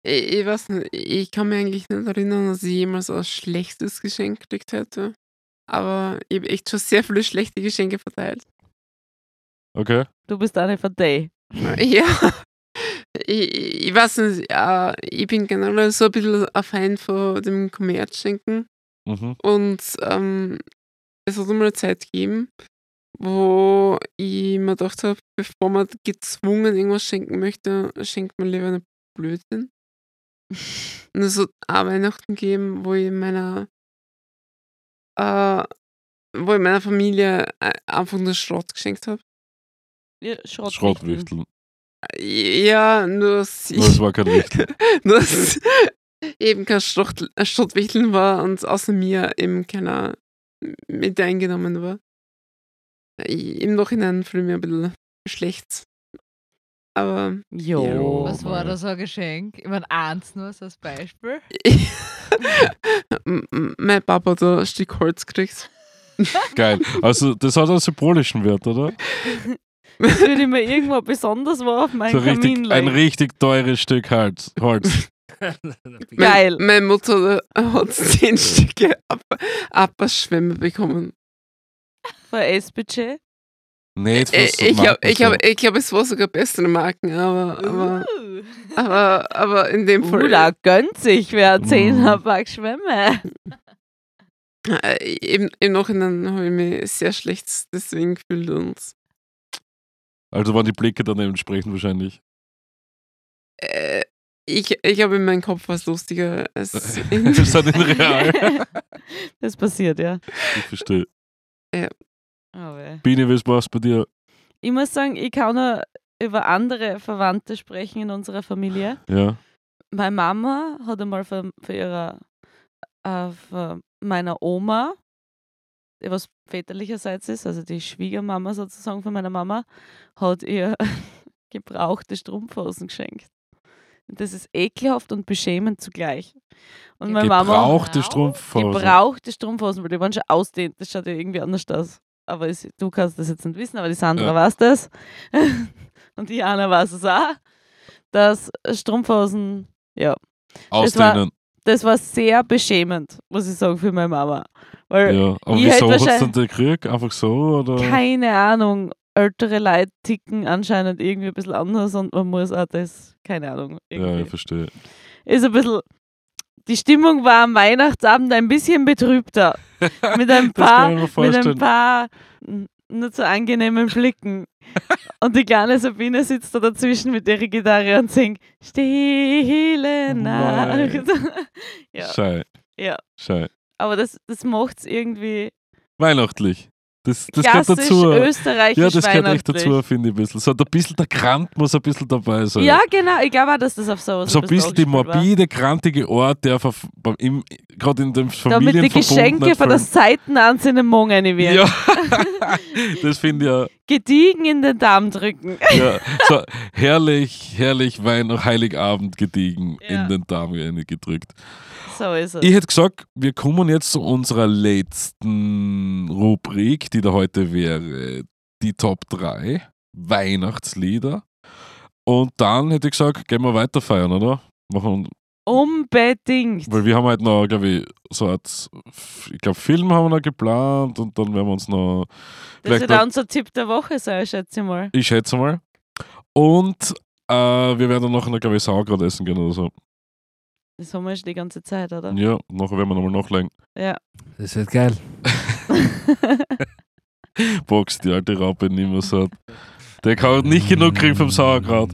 D: Ich, ich weiß nicht, ich kann mich eigentlich nicht erinnern, dass ich jemals ein schlechtes Geschenk gekriegt hätte. Aber ich habe echt schon sehr viele schlechte Geschenke verteilt.
C: Okay.
B: Du bist eine von Day.
D: [laughs] Ja. Ich, ich weiß nicht, äh, ich bin generell so ein bisschen ein Fan von dem Kommerzschenken.
C: Mhm.
D: Und ähm, es hat immer eine Zeit gegeben, wo ich mir gedacht habe, bevor man gezwungen irgendwas schenken möchte, schenkt man lieber eine Blödsinn. Und es hat auch Weihnachten gegeben, wo ich meiner äh, wo ich meiner Familie ein- einfach nur Schrott geschenkt habe.
B: Ja, Schrott
C: Schrottwichteln.
D: Ja, nur dass
C: Nur es
D: ich,
C: war kein Wichtel.
D: nur [laughs] dass eben kein Schrott, Schrottwichteln war und außer mir eben keiner mit eingenommen war. Ich, Im Nachhinein fühle ich mich ein bisschen schlecht. Aber
B: Jo.
C: Jo.
F: Was
C: Oh
F: war
C: mein.
F: da so ein Geschenk? Ich meine, eins nur so als Beispiel.
D: m- m- mein Papa hat ein Stück Holz gekriegt.
C: Geil. Also, das hat einen symbolischen Wert, oder?
B: Das würde ich mir irgendwo besonders war auf meinen
C: So
B: Kamin
C: richtig, ein
B: legen.
C: richtig teures Stück Holz. Holz.
B: Geil.
D: Mein, meine Mutter hat [laughs] zehn Stücke Ab- Abwasserschwämme bekommen.
B: Für S-Budget.
C: Nee, das
D: Äh,
C: war so
D: ich glaube,
C: Marken-
D: ich glaub, ich glaub, es war sogar bessere Marken, aber,
B: [laughs]
D: aber, aber, aber in dem Fall.
B: Uh, da gönnt Uh. sich wer 10
C: Mm.
B: Pack Schwämme.
D: Äh, Im, Im Nachhinein habe ich mich sehr schlecht deswegen gefühlt und
C: Also waren die Blicke dann entsprechend wahrscheinlich. [laughs]
D: äh, ich, ich glaube, in meinem Kopf war es lustiger als in,
C: Das hat in real.
B: [laughs] das passiert, ja.
C: Ich verstehe.
B: Oh, weh.
C: Bini, was war's bei dir?
B: Ich muss sagen, ich kann nur über andere Verwandte sprechen in unserer Familie.
C: Ja.
B: Meine Mama hat einmal von, von ihrer, äh, von meiner Oma, die was väterlicherseits ist, also die Schwiegermama sozusagen von meiner Mama, hat ihr [laughs] gebrauchte Strumpfhosen geschenkt. Und das ist ekelhaft und beschämend zugleich. Und meine Mama
C: Gebrauchte Strumpfhose.
B: gebrauchte Strumpfhosen, weil die waren schon ausdehnt, das schaut ja irgendwie anders aus. Aber es- du kannst das jetzt nicht wissen, aber die Sandra
C: Ja.
B: weiß das. [laughs] Und die Anna weiß es auch. Dass Strumpfhosen, ja,
C: Ausdehnen.
B: das war sehr beschämend, muss ich sagen, für meine Mama. Weil,
C: Ja. Aber
B: ich
C: wieso
B: hätte
C: hat's dann
B: äh, wahrscheinlich-
C: der Krieg? Einfach so? Oder?
B: keine Ahnung, ältere Leute ticken anscheinend irgendwie ein bisschen anders und man muss auch das, keine Ahnung,
C: Ja,
B: irgendwie.
C: ich verstehe.
B: ist ein bisschen. Die Stimmung war am Weihnachtsabend ein bisschen betrübter. Mit ein
C: [laughs] Das
B: paar
C: kann ich mir
B: mit
C: vorstellen.
B: ein paar n- nicht so
C: [laughs]
B: angenehmen Blicken. Und die kleine Sabine sitzt da dazwischen mit ihrer Gitarre und singt
C: Oh
B: Stille Nacht. [laughs] ja,
C: Schei.
B: ja.
C: Schei.
B: Aber das, das macht es irgendwie
C: Weihnachtlich. Das, das gehört
B: klassisch
C: dazu.
B: österreichisch
C: Ja, das gehört echt
B: weihnachtlich.
C: dazu, finde ich ein bisschen. So, ein bisschen der Krant muss ein bisschen dabei sein.
B: Ja, genau. Ich glaube auch, dass das auf sowas
C: so ein bisschen die
B: angespielt war.
C: morbide, krantige Ort, der verf- beim- im- gerade in dem
B: Damit
C: Familienverbund
B: die Geschenke
C: nicht
B: von der Seiten an seinen Mung
C: fehlen.
B: werden.
C: Ja, [laughs] das finde
B: Gediegen in den Darm drücken. [laughs]
C: ich ja, ja so herrlich, herrlich Wein noch Heiligabend gediegen
B: Ja.
C: in den Darm rein gedrückt.
B: So ist es.
C: Ich hätte gesagt, wir kommen jetzt zu unserer letzten Rubrik, die da heute wäre, die Top 3 Weihnachtslieder. Und dann hätte ich gesagt, gehen wir weiter feiern, oder? Machen,
B: Unbedingt.
C: Weil wir haben halt noch, glaube ich, so eine Art, ich glaube, Film haben wir noch geplant und dann werden wir uns noch,
B: Das
C: vielleicht
B: wird
C: noch
B: auch unser Tipp der Woche sein, schätze ich mal.
C: ich schätze mal. Und äh, wir werden dann nachher, glaube ich, Sauerkraut essen gehen oder so.
B: Das haben wir schon die ganze Zeit, oder?
C: Ja, nachher werden wir nochmal nachlegen.
B: Ja.
E: Das wird geil.
C: Box, die alte Raupe, nimmer so. Der kann halt nicht genug kriegen vom Sauerkraut.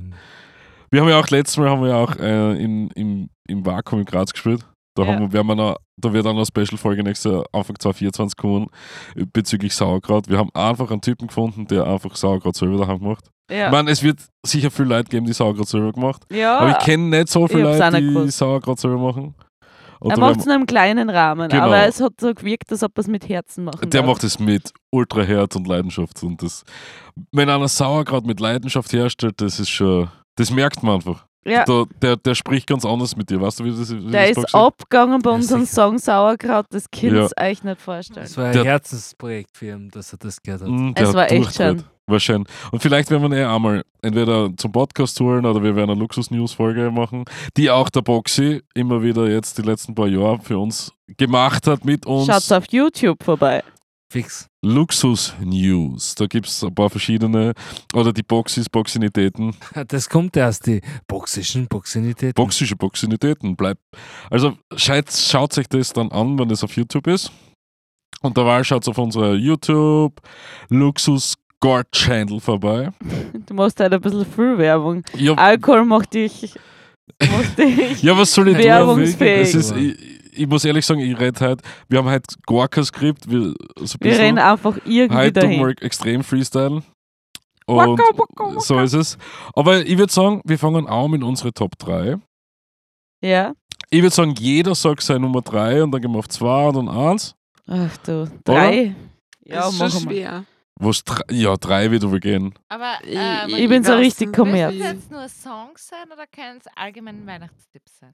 C: Wir haben ja auch letztes Mal haben wir ja auch äh, in, im, im Vakuum in Graz gespielt. Da,
B: Ja.
C: haben wir, werden wir noch, da wird auch noch eine Special-Folge nächste Anfang 2024 kommen äh, bezüglich Sauerkraut. Wir haben einfach einen Typen gefunden, der einfach Sauerkraut selber daheim macht. Ich
B: [laughs] Ja.
C: meine, es wird sicher viel Leute geben, die Sauerkraut selber gemacht.
B: ja.
C: Aber ich kenne nicht so viele
B: Ah. Ich hab's auch
C: Leute,
B: nicht
C: die
B: gewusst.
C: Sauerkraut selber machen. Und
B: er
C: da
B: macht
C: werden-
B: es in einem kleinen Rahmen,
C: Genau.
B: aber es hat so gewirkt, als ob er es mit Herzen macht.
C: der macht es mit ultra Herz und Leidenschaft. Und das, wenn einer Sauerkraut mit Leidenschaft herstellt, das ist schon, das merkt man einfach.
B: Ja.
C: Da, der, der spricht ganz anders mit dir. Weißt du, wie das wie
B: Der
C: das
B: ist
C: gesagt?
B: abgegangen bei
E: Ja,
B: unserem Song Sauerkraut, das Kind
C: Ja.
B: euch nicht vorstellen.
E: Das war ein
C: Der-
E: Herzensprojekt für ihn, dass er das gehört hat.
C: Mm,
B: Es
C: der
B: war echt
C: durchdreht.
B: schön.
C: War schön. Und vielleicht werden wir ihn eh einmal entweder zum Podcast holen oder wir werden eine Luxus-News-Folge machen, die auch der Boxy immer wieder jetzt die letzten paar Jahre für uns gemacht hat mit uns.
B: Schaut auf YouTube vorbei.
E: Fix. [laughs]
C: Luxus News. Da gibt es ein paar verschiedene. Oder die Boxis, Boxinitäten.
E: Das kommt erst die boxischen Boxinitäten.
C: Boxische Boxinitäten. Bleibt. Also schaut, schaut sich das dann an, wenn es auf YouTube ist. Und dabei schaut auf unserer YouTube Luxus God Channel vorbei.
B: Du machst halt ein bisschen viel Werbung.
C: Ja,
B: Alkohol macht dich.
C: [laughs]
B: Macht dich.
C: Ja, was soll ich
B: Werbungsfähig.
C: tun? Es ist, ich, ich muss ehrlich sagen, ich rede halt, wir haben halt gar kein Skript, wir, so ein
B: Wir
C: bisschen.
B: rennen einfach [laughs] irgendwie
C: Heute tun
B: dahin.
C: wir extrem freestylen.
B: Waka,
C: Und
B: waka, waka.
C: so ist es. Aber ich würde sagen, wir fangen an mit unserer Top 3.
B: Ja.
C: Ich würde sagen, jeder sagt seine Nummer 3 und dann gehen wir auf 2 und dann 1.
B: Ach du, drei. Ja,
D: ist schon
B: machen wir.
D: schwer.
C: Was, drei- ja, 3 wird übergehen.
F: Aber
D: Ich-
F: ähm,
D: ich
B: Ich bin so
D: weiß
B: richtig
D: nicht.
B: kommerz.
F: müssen es jetzt nur Songs sein oder können es allgemein Weihnachtstipps sein?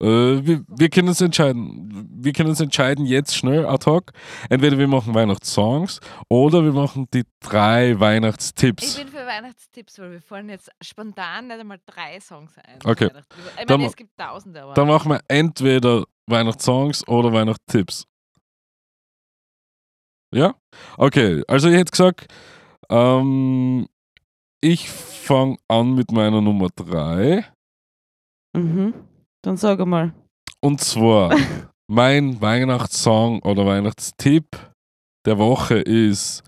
C: Äh, wir, wir können uns entscheiden. Wir können uns entscheiden jetzt schnell ad hoc. Entweder wir machen Weihnachtssongs oder wir machen die drei
F: Ich
C: Weihnachtstipps.
F: bin für Weihnachtstipps, weil wir fallen jetzt spontan nicht einmal drei Songs ein.
C: Okay.
F: Weihnachtstipps.
C: Dann
F: Ich meine,
C: ma-
F: es gibt tausende, aber.
C: Dann machen wir entweder Weihnachtssongs oder Weihnachtstipps. Ja? Okay, also ich hätte gesagt, ähm, ich fange an mit meiner Nummer 3.
B: Mhm. Dann sag mal.
C: Und zwar Mein Weihnachtssong oder Weihnachtstipp der Woche ist,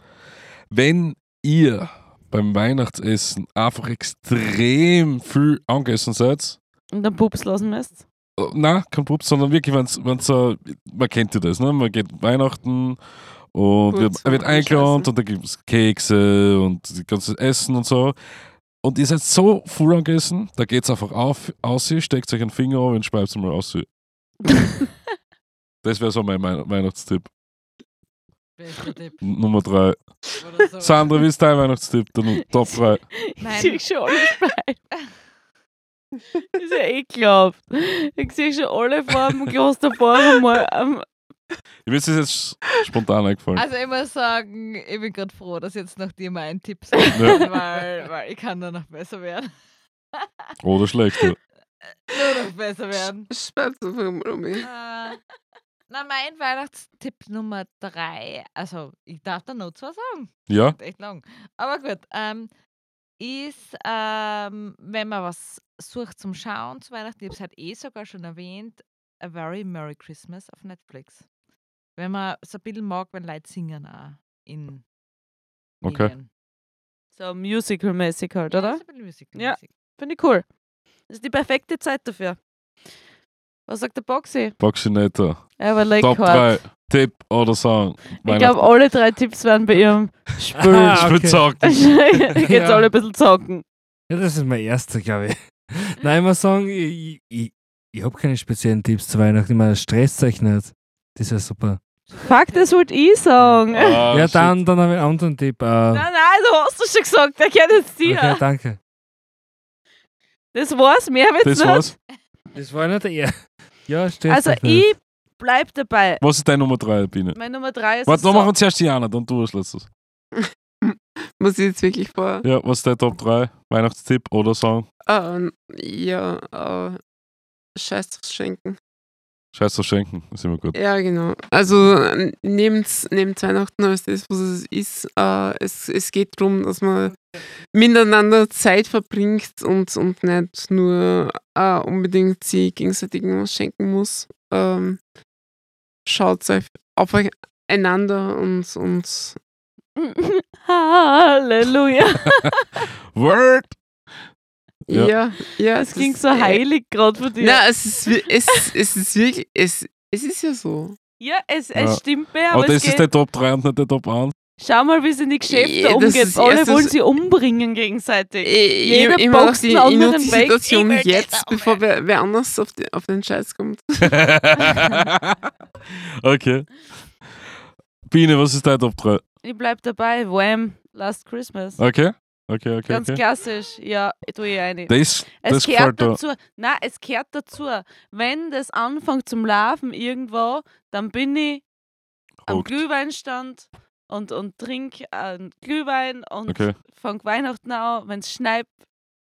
C: wenn ihr beim Weihnachtsessen einfach extrem viel angegessen seid,
B: Und dann Pups lassen müsst.
C: Oh, Nein, kein Pups, sondern wirklich, wenn's, wenn's so, man kennt ja das, ne? Man geht Weihnachten und
D: Gut,
C: wird,
D: so
C: wird
D: viel
C: eingeladen
D: Scheiße.
C: und da gibt es Kekse und das ganze Essen und so. Und ihr seid so full angegessen, da geht's einfach auf, aus, steckt euch einen Finger auf und schreibt mal aus. Das wäre so mein Wei- Weihnachtstipp.
F: Bester Tipp.
C: N- Nummer drei.
F: Oder
C: [laughs]
F: so.
C: Sandra, wie ist dein Weihnachtstipp? Der Nu- Top drei.
F: Nein.
C: [laughs]
B: Ich sehe schon alle Farben. ist ja ekelhaft. Ich sehe schon alle Farben, Klosterfarben mal am
C: Mir ist das jetzt sch- spontan eingefallen.
F: Also ich muss sagen, ich bin gerade froh, dass jetzt noch dir mal ein
C: [laughs]
F: Tipp sagt,
C: Ja.
F: weil, weil ich kann nur noch besser werden. [laughs]
C: Oder schlechter.
F: Nur noch besser werden.
D: Schreibt einfach mal um mich.
F: Äh, Na, mein Weihnachtstipp Nummer drei. Also, ich darf da noch zwei sagen.
C: Ja?
F: echt lang. Aber gut, ähm, ist, ähm, wenn man was sucht zum Schauen zu Weihnachten, ich habe es halt eh sogar schon erwähnt, A Very Merry Christmas auf Netflix. Wenn man so ein bisschen mag, wenn Leute singen auch in
C: Okay.
F: Medien.
B: so Musical-mäßig halt,
F: Ja,
B: oder?
F: so ein bisschen
B: Ja.
F: Musical-mäßig.
B: Finde ich cool. Das ist die perfekte Zeit dafür. Was sagt der Boxy?
C: Boxinator.
B: Aber like
C: Top drei.
B: hard.
C: Tipp oder Song.
B: Ich glaube, alle drei Tipps werden
C: [laughs]
B: bei ihrem [laughs] Spül.
E: Ah,
C: Ich würde
E: okay.
C: sagen.
B: Jetzt
E: Ja.
B: alle ein bisschen zocken.
E: Ja, das ist mein erster, glaube ich. [laughs] Nein, ich muss sagen, ich, ich, ich habe keine speziellen Tipps zu Weihnachten. Ich meine, stresst euch nicht. Das ist ja super.
B: Fuck,
F: Äh.
B: das wollte ich sagen. Nein,
C: Ah,
E: ja,
C: shit.
E: dann, dann habe ich einen anderen Tipp. Äh,
B: nein, du hast es schon gesagt, der gehört jetzt dir.
E: Okay, danke.
B: Das war's, mehr wird's
C: Das
B: nicht.
C: war's.
E: Das war nicht der er. [laughs] Ja, stresst
B: Also
E: euch nicht.
B: ich bleib dabei.
C: Was ist deine Nummer 3, Biene?
B: Meine Nummer drei ist
C: Warte,
B: so
C: noch machen wir zuerst Jana, dann du als letztes.
D: Muss ich jetzt wirklich vor.
C: Ja, was ist dein Top 3? Weihnachtstipp oder Song?
D: Ähm, ja, äh, Scheiß drauf schenken.
C: Scheiß auf Schenken, ist immer gut.
D: Ja, genau. Also ähm, nehmt, nehmt Weihnachten als das, was es ist. Äh, es, es geht darum, dass man miteinander Zeit verbringt und, und nicht nur äh, unbedingt sie gegenseitig was schenken muss. Ähm, schaut euch auf euch einander und, und
B: [laughs] Halleluja.
C: [laughs] Word! Ja.
D: ja, ja.
B: Das
D: es
B: klingt
D: ist-
B: so
D: [laughs]
B: heilig gerade von dir.
D: Na, es ist, wi- es, es ist wirklich, es, es ist ja so.
B: ja, es,
C: Ja.
B: es stimmt mehr,
C: Aber
B: aber es
C: Oh, das ist
B: geht.
C: dein Top 3 und nicht der Top 1.
B: Schau mal, wie es in die Geschäfte
D: Ja, Eh, das
B: umgeht.
D: ist
B: Alle
D: erstes- Eh.
B: wollen sie umbringen gegenseitig. Jeder
D: Jeder Äh, ich, ich mag
B: boxt
D: die,
B: einen
D: ich nutze
B: anderen
D: die
B: weg.
D: Situation
B: Ich will das
D: jetzt,
B: auch
D: bevor wer, wer anders auf, die, auf den Scheiß kommt.
C: [laughs] okay. Biene, was ist dein Top 3?
B: Ich bleib dabei. Wham! Last Christmas.
C: Okay? Okay, Ah, okay,
B: Ganz
C: okay.
B: klassisch. Ja, ich tue ich eine.
C: Das,
B: Es
C: das
B: gehört
C: gefällt dir.
B: dazu. Nein, es gehört dazu. Wenn das anfängt zum Laufen irgendwo, dann bin ich am
C: Hooked.
B: Glühweinstand und, und trink einen Glühwein und
C: Okay.
B: fang Weihnachten an, wenn es schneit.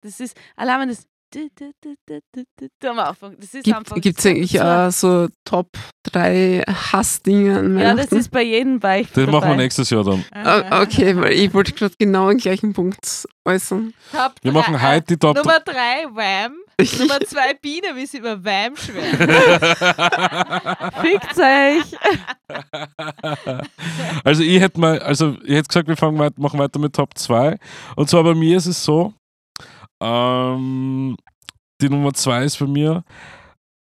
B: Das ist, allein wenn das du- du- du- du- du- du- du am Anfang, das ist einfach.
D: Gibt es eigentlich auch so Top 3 Hassdinge an
B: Ja, das
D: Weihnachten?
B: ist bei jedem Weich.
C: Das
B: dabei.
C: machen wir nächstes Jahr dann.
D: O- Okay, weil ich wollte gerade genau den gleichen Punkt äußern.
F: [laughs] Top
C: Wir
F: drei-
C: machen
F: äh,
C: heute die Top
F: Nummer 3, Wham.
D: Ich,
F: Nummer 2, Biene, wie sie über Wham
C: [laughs]
F: schwärmt.
C: 3.
B: Fickt euch!
C: [laughs] also ich hätte mal, also ich hätte gesagt, wir fangen weit, machen weiter mit Top 2. Und zwar bei mir ist es so, ähm, die Nummer 2 ist bei mir,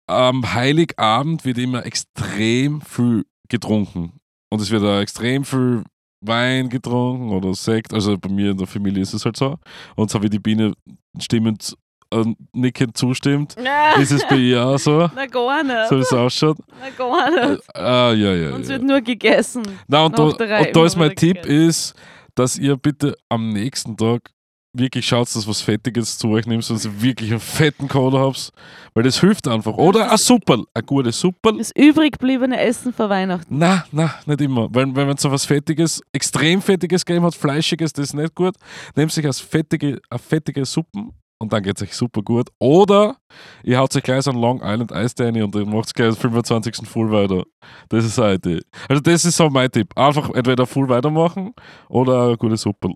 C: am Heiligabend wird immer extrem viel getrunken. Und es wird auch extrem viel Wein getrunken oder Sekt. Also bei mir in der Familie ist es halt so. Und so wie die Biene stimmend, äh, nickend zustimmt, ist es bei ihr auch
B: [laughs]
C: so.
B: Na gar
C: So wie
B: nicht.
C: es
B: [laughs]
C: ausschaut.
B: Na gar nicht.
C: Ah, ja, ja.
B: Uns
C: ja.
B: wird nur gegessen.
C: Na, und, da,
B: Noch drei
C: und da ist
B: immer
C: mein
B: wieder
C: Tipp
B: gegessen.
C: ist, dass ihr bitte am nächsten Tag wirklich schaut, dass was Fettiges zu euch nehmt, sonst ihr wirklich einen fetten Kader habt, weil das hilft einfach. Oder ein Superl, ein gutes Superl.
B: Das übrig gebliebene Essen vor Weihnachten.
C: Na, na, nicht immer. Weil wenn man so was Fettiges, extrem Fettiges gegeben hat, Fleischiges, das ist nicht gut, nehmt sich als fettige, eine fettige Suppen und dann geht es euch super gut. Oder ihr haut euch gleich so einen Long Island Eistee rein und dann macht es gleich am 25. Full weiter. Das ist eine Idee. Also das ist so mein Tipp. Einfach entweder Full weitermachen oder eine gute Suppe.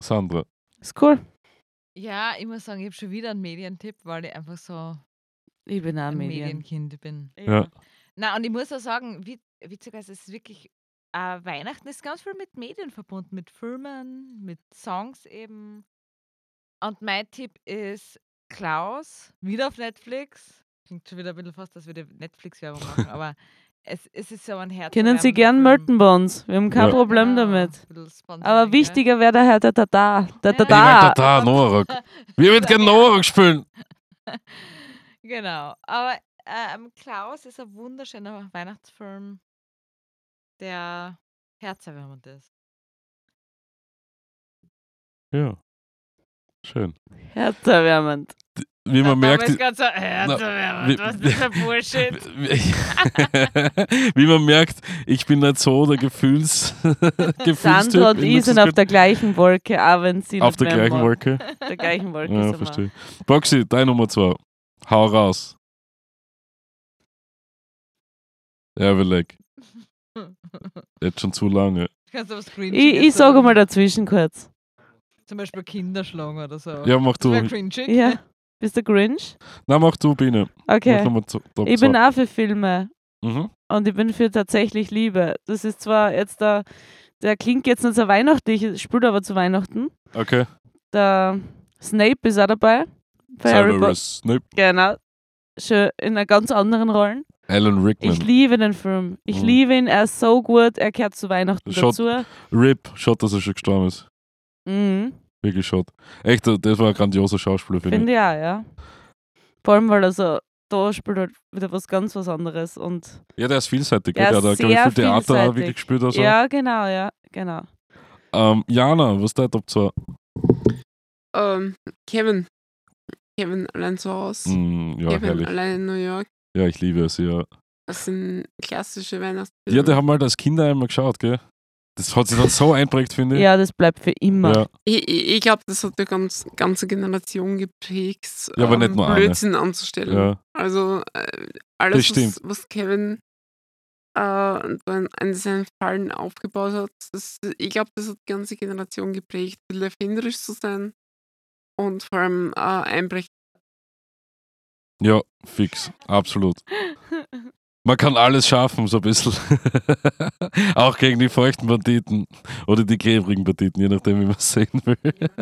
C: Sandra.
B: Ist cool.
F: Ja, ich muss sagen, ich habe schon wieder einen Medientipp, weil ich einfach so
B: Ich bin auch
F: ein
B: Medien.
F: Medienkind ich bin.
C: Ja.
F: Na und ich muss auch sagen, wit- witzigerweise es ist wirklich äh, Weihnachten ist ganz viel mit Medien verbunden, mit Filmen, mit Songs eben. Und mein Tipp ist Klaus, wieder auf Netflix. Klingt schon wieder ein bisschen fast, als würde ich Netflix-Werbung
B: [laughs]
F: machen, aber es, es ist so ein Herz.
B: Können Sie gern melden bei uns. Wir haben kein
C: Ja.
B: Problem damit. Aber wichtiger wäre der Herr der Tata. Der
F: Ja.
C: Ich mein,
B: Tata.
C: Tata, Norak. Wir würden gerne Norak spielen.
F: Genau. Aber ähm, Klaus ist ein wunderschöner Weihnachtsfilm, der herzerwärmend ist.
C: Ja. Schön.
B: Herzerwärmend.
C: Wie man merkt,
F: ist ganz so
C: wie-
B: Ah,
F: herzerwärmend. Was ist das für Bullshit?
C: [laughs] wie man merkt, ich bin nicht so der
B: [laughs]
C: Gefühls Gefühlstyp.
B: Sandra und
C: bin
B: ich
C: nicht so
B: sind auf
C: gut-
B: der gleichen Wolke, auch wenn sie
C: auf
B: nicht
C: der
B: mehr
C: gleichen
B: mag.
C: Wolke.
B: Der gleichen Wolke
C: Ja,
B: sind wir.
C: verstehe. Boxy, deine Nummer zwei. Hau raus. Ja, Beleg. Jetzt schon zu lange.
F: Du kannst aber Screen
B: Ich, ich sage mal dazwischen kurz.
F: Zum Beispiel Kinderschlangen oder so.
C: Ja, mach
F: Das
C: du.
F: wär cringy.
B: Ja. Bist du Grinch?
C: Na, mach du, Biene. Mach
B: Okay.
C: Nummer zwei, Top
B: Ich bin
C: zwei.
B: auch für Filme
C: Mhm.
B: und ich bin für tatsächlich Liebe. Das ist zwar jetzt der, der klingt jetzt nicht so weihnachtlich, spielt aber zu Weihnachten.
C: Okay.
B: Der Snape ist auch dabei. Bei Harry Potter.
C: Severus Snape.
B: Genau. Schön in einer ganz anderen Rollen.
C: Alan
B: Ich
C: Rickman.
B: liebe den Film. Ich
C: Mhm.
B: liebe ihn, er ist so gut, er gehört zu Weihnachten
C: Schaut-
B: dazu.
C: Rip. Schaut, dass er schon gestorben ist.
B: Mhm.
C: Wirklich schade. Echt, das war ein grandioser Schauspieler, finde
B: Finde ich auch, ja. Vor allem, weil er so, da spielt halt wieder was ganz was anderes. Und
C: ich. Ja, der ist vielseitig.
B: Er
C: gell?
B: ist
C: der hat, glaube ich, viel
B: sehr
C: Theater auch
B: vielseitig.
C: wirklich gespielt. Also.
B: ja, genau, ja, genau.
C: Ähm, Jana, was ist dein Top 2?
D: [laughs] Ähm, Kevin. Kevin allein zu Hause.
C: Mm, ja,
D: Kevin
C: herrlich.
D: allein in New York.
C: Ja, ich liebe es, ja.
D: Das sind klassische Weihnachtsfilme.
C: Ja, die haben halt als Kinder einmal geschaut, gell? Das hat sich dann
B: [laughs]
C: so einprägt, finde ich.
B: Ja, das bleibt für immer.
C: Ja.
D: Ich, ich, ich glaube, das hat die ganz, ganze Generation geprägt, ähm,
C: Ja, aber nicht nur eine.
D: Blödsinn anzustellen.
C: ja.
D: Also äh,
C: Das
D: alles,
C: stimmt.
D: was, was Kevin äh, an an seinen Fallen aufgebaut hat, das, ich glaube, das hat die ganze Generation geprägt, viel erfinderisch zu sein und vor allem äh, einbrechen.
C: ja, fix. Absolut. Man kann alles schaffen, so ein bisschen. [laughs] Auch gegen die feuchten Banditen oder die klebrigen Banditen, je nachdem, wie man es sehen will.
B: Mhm.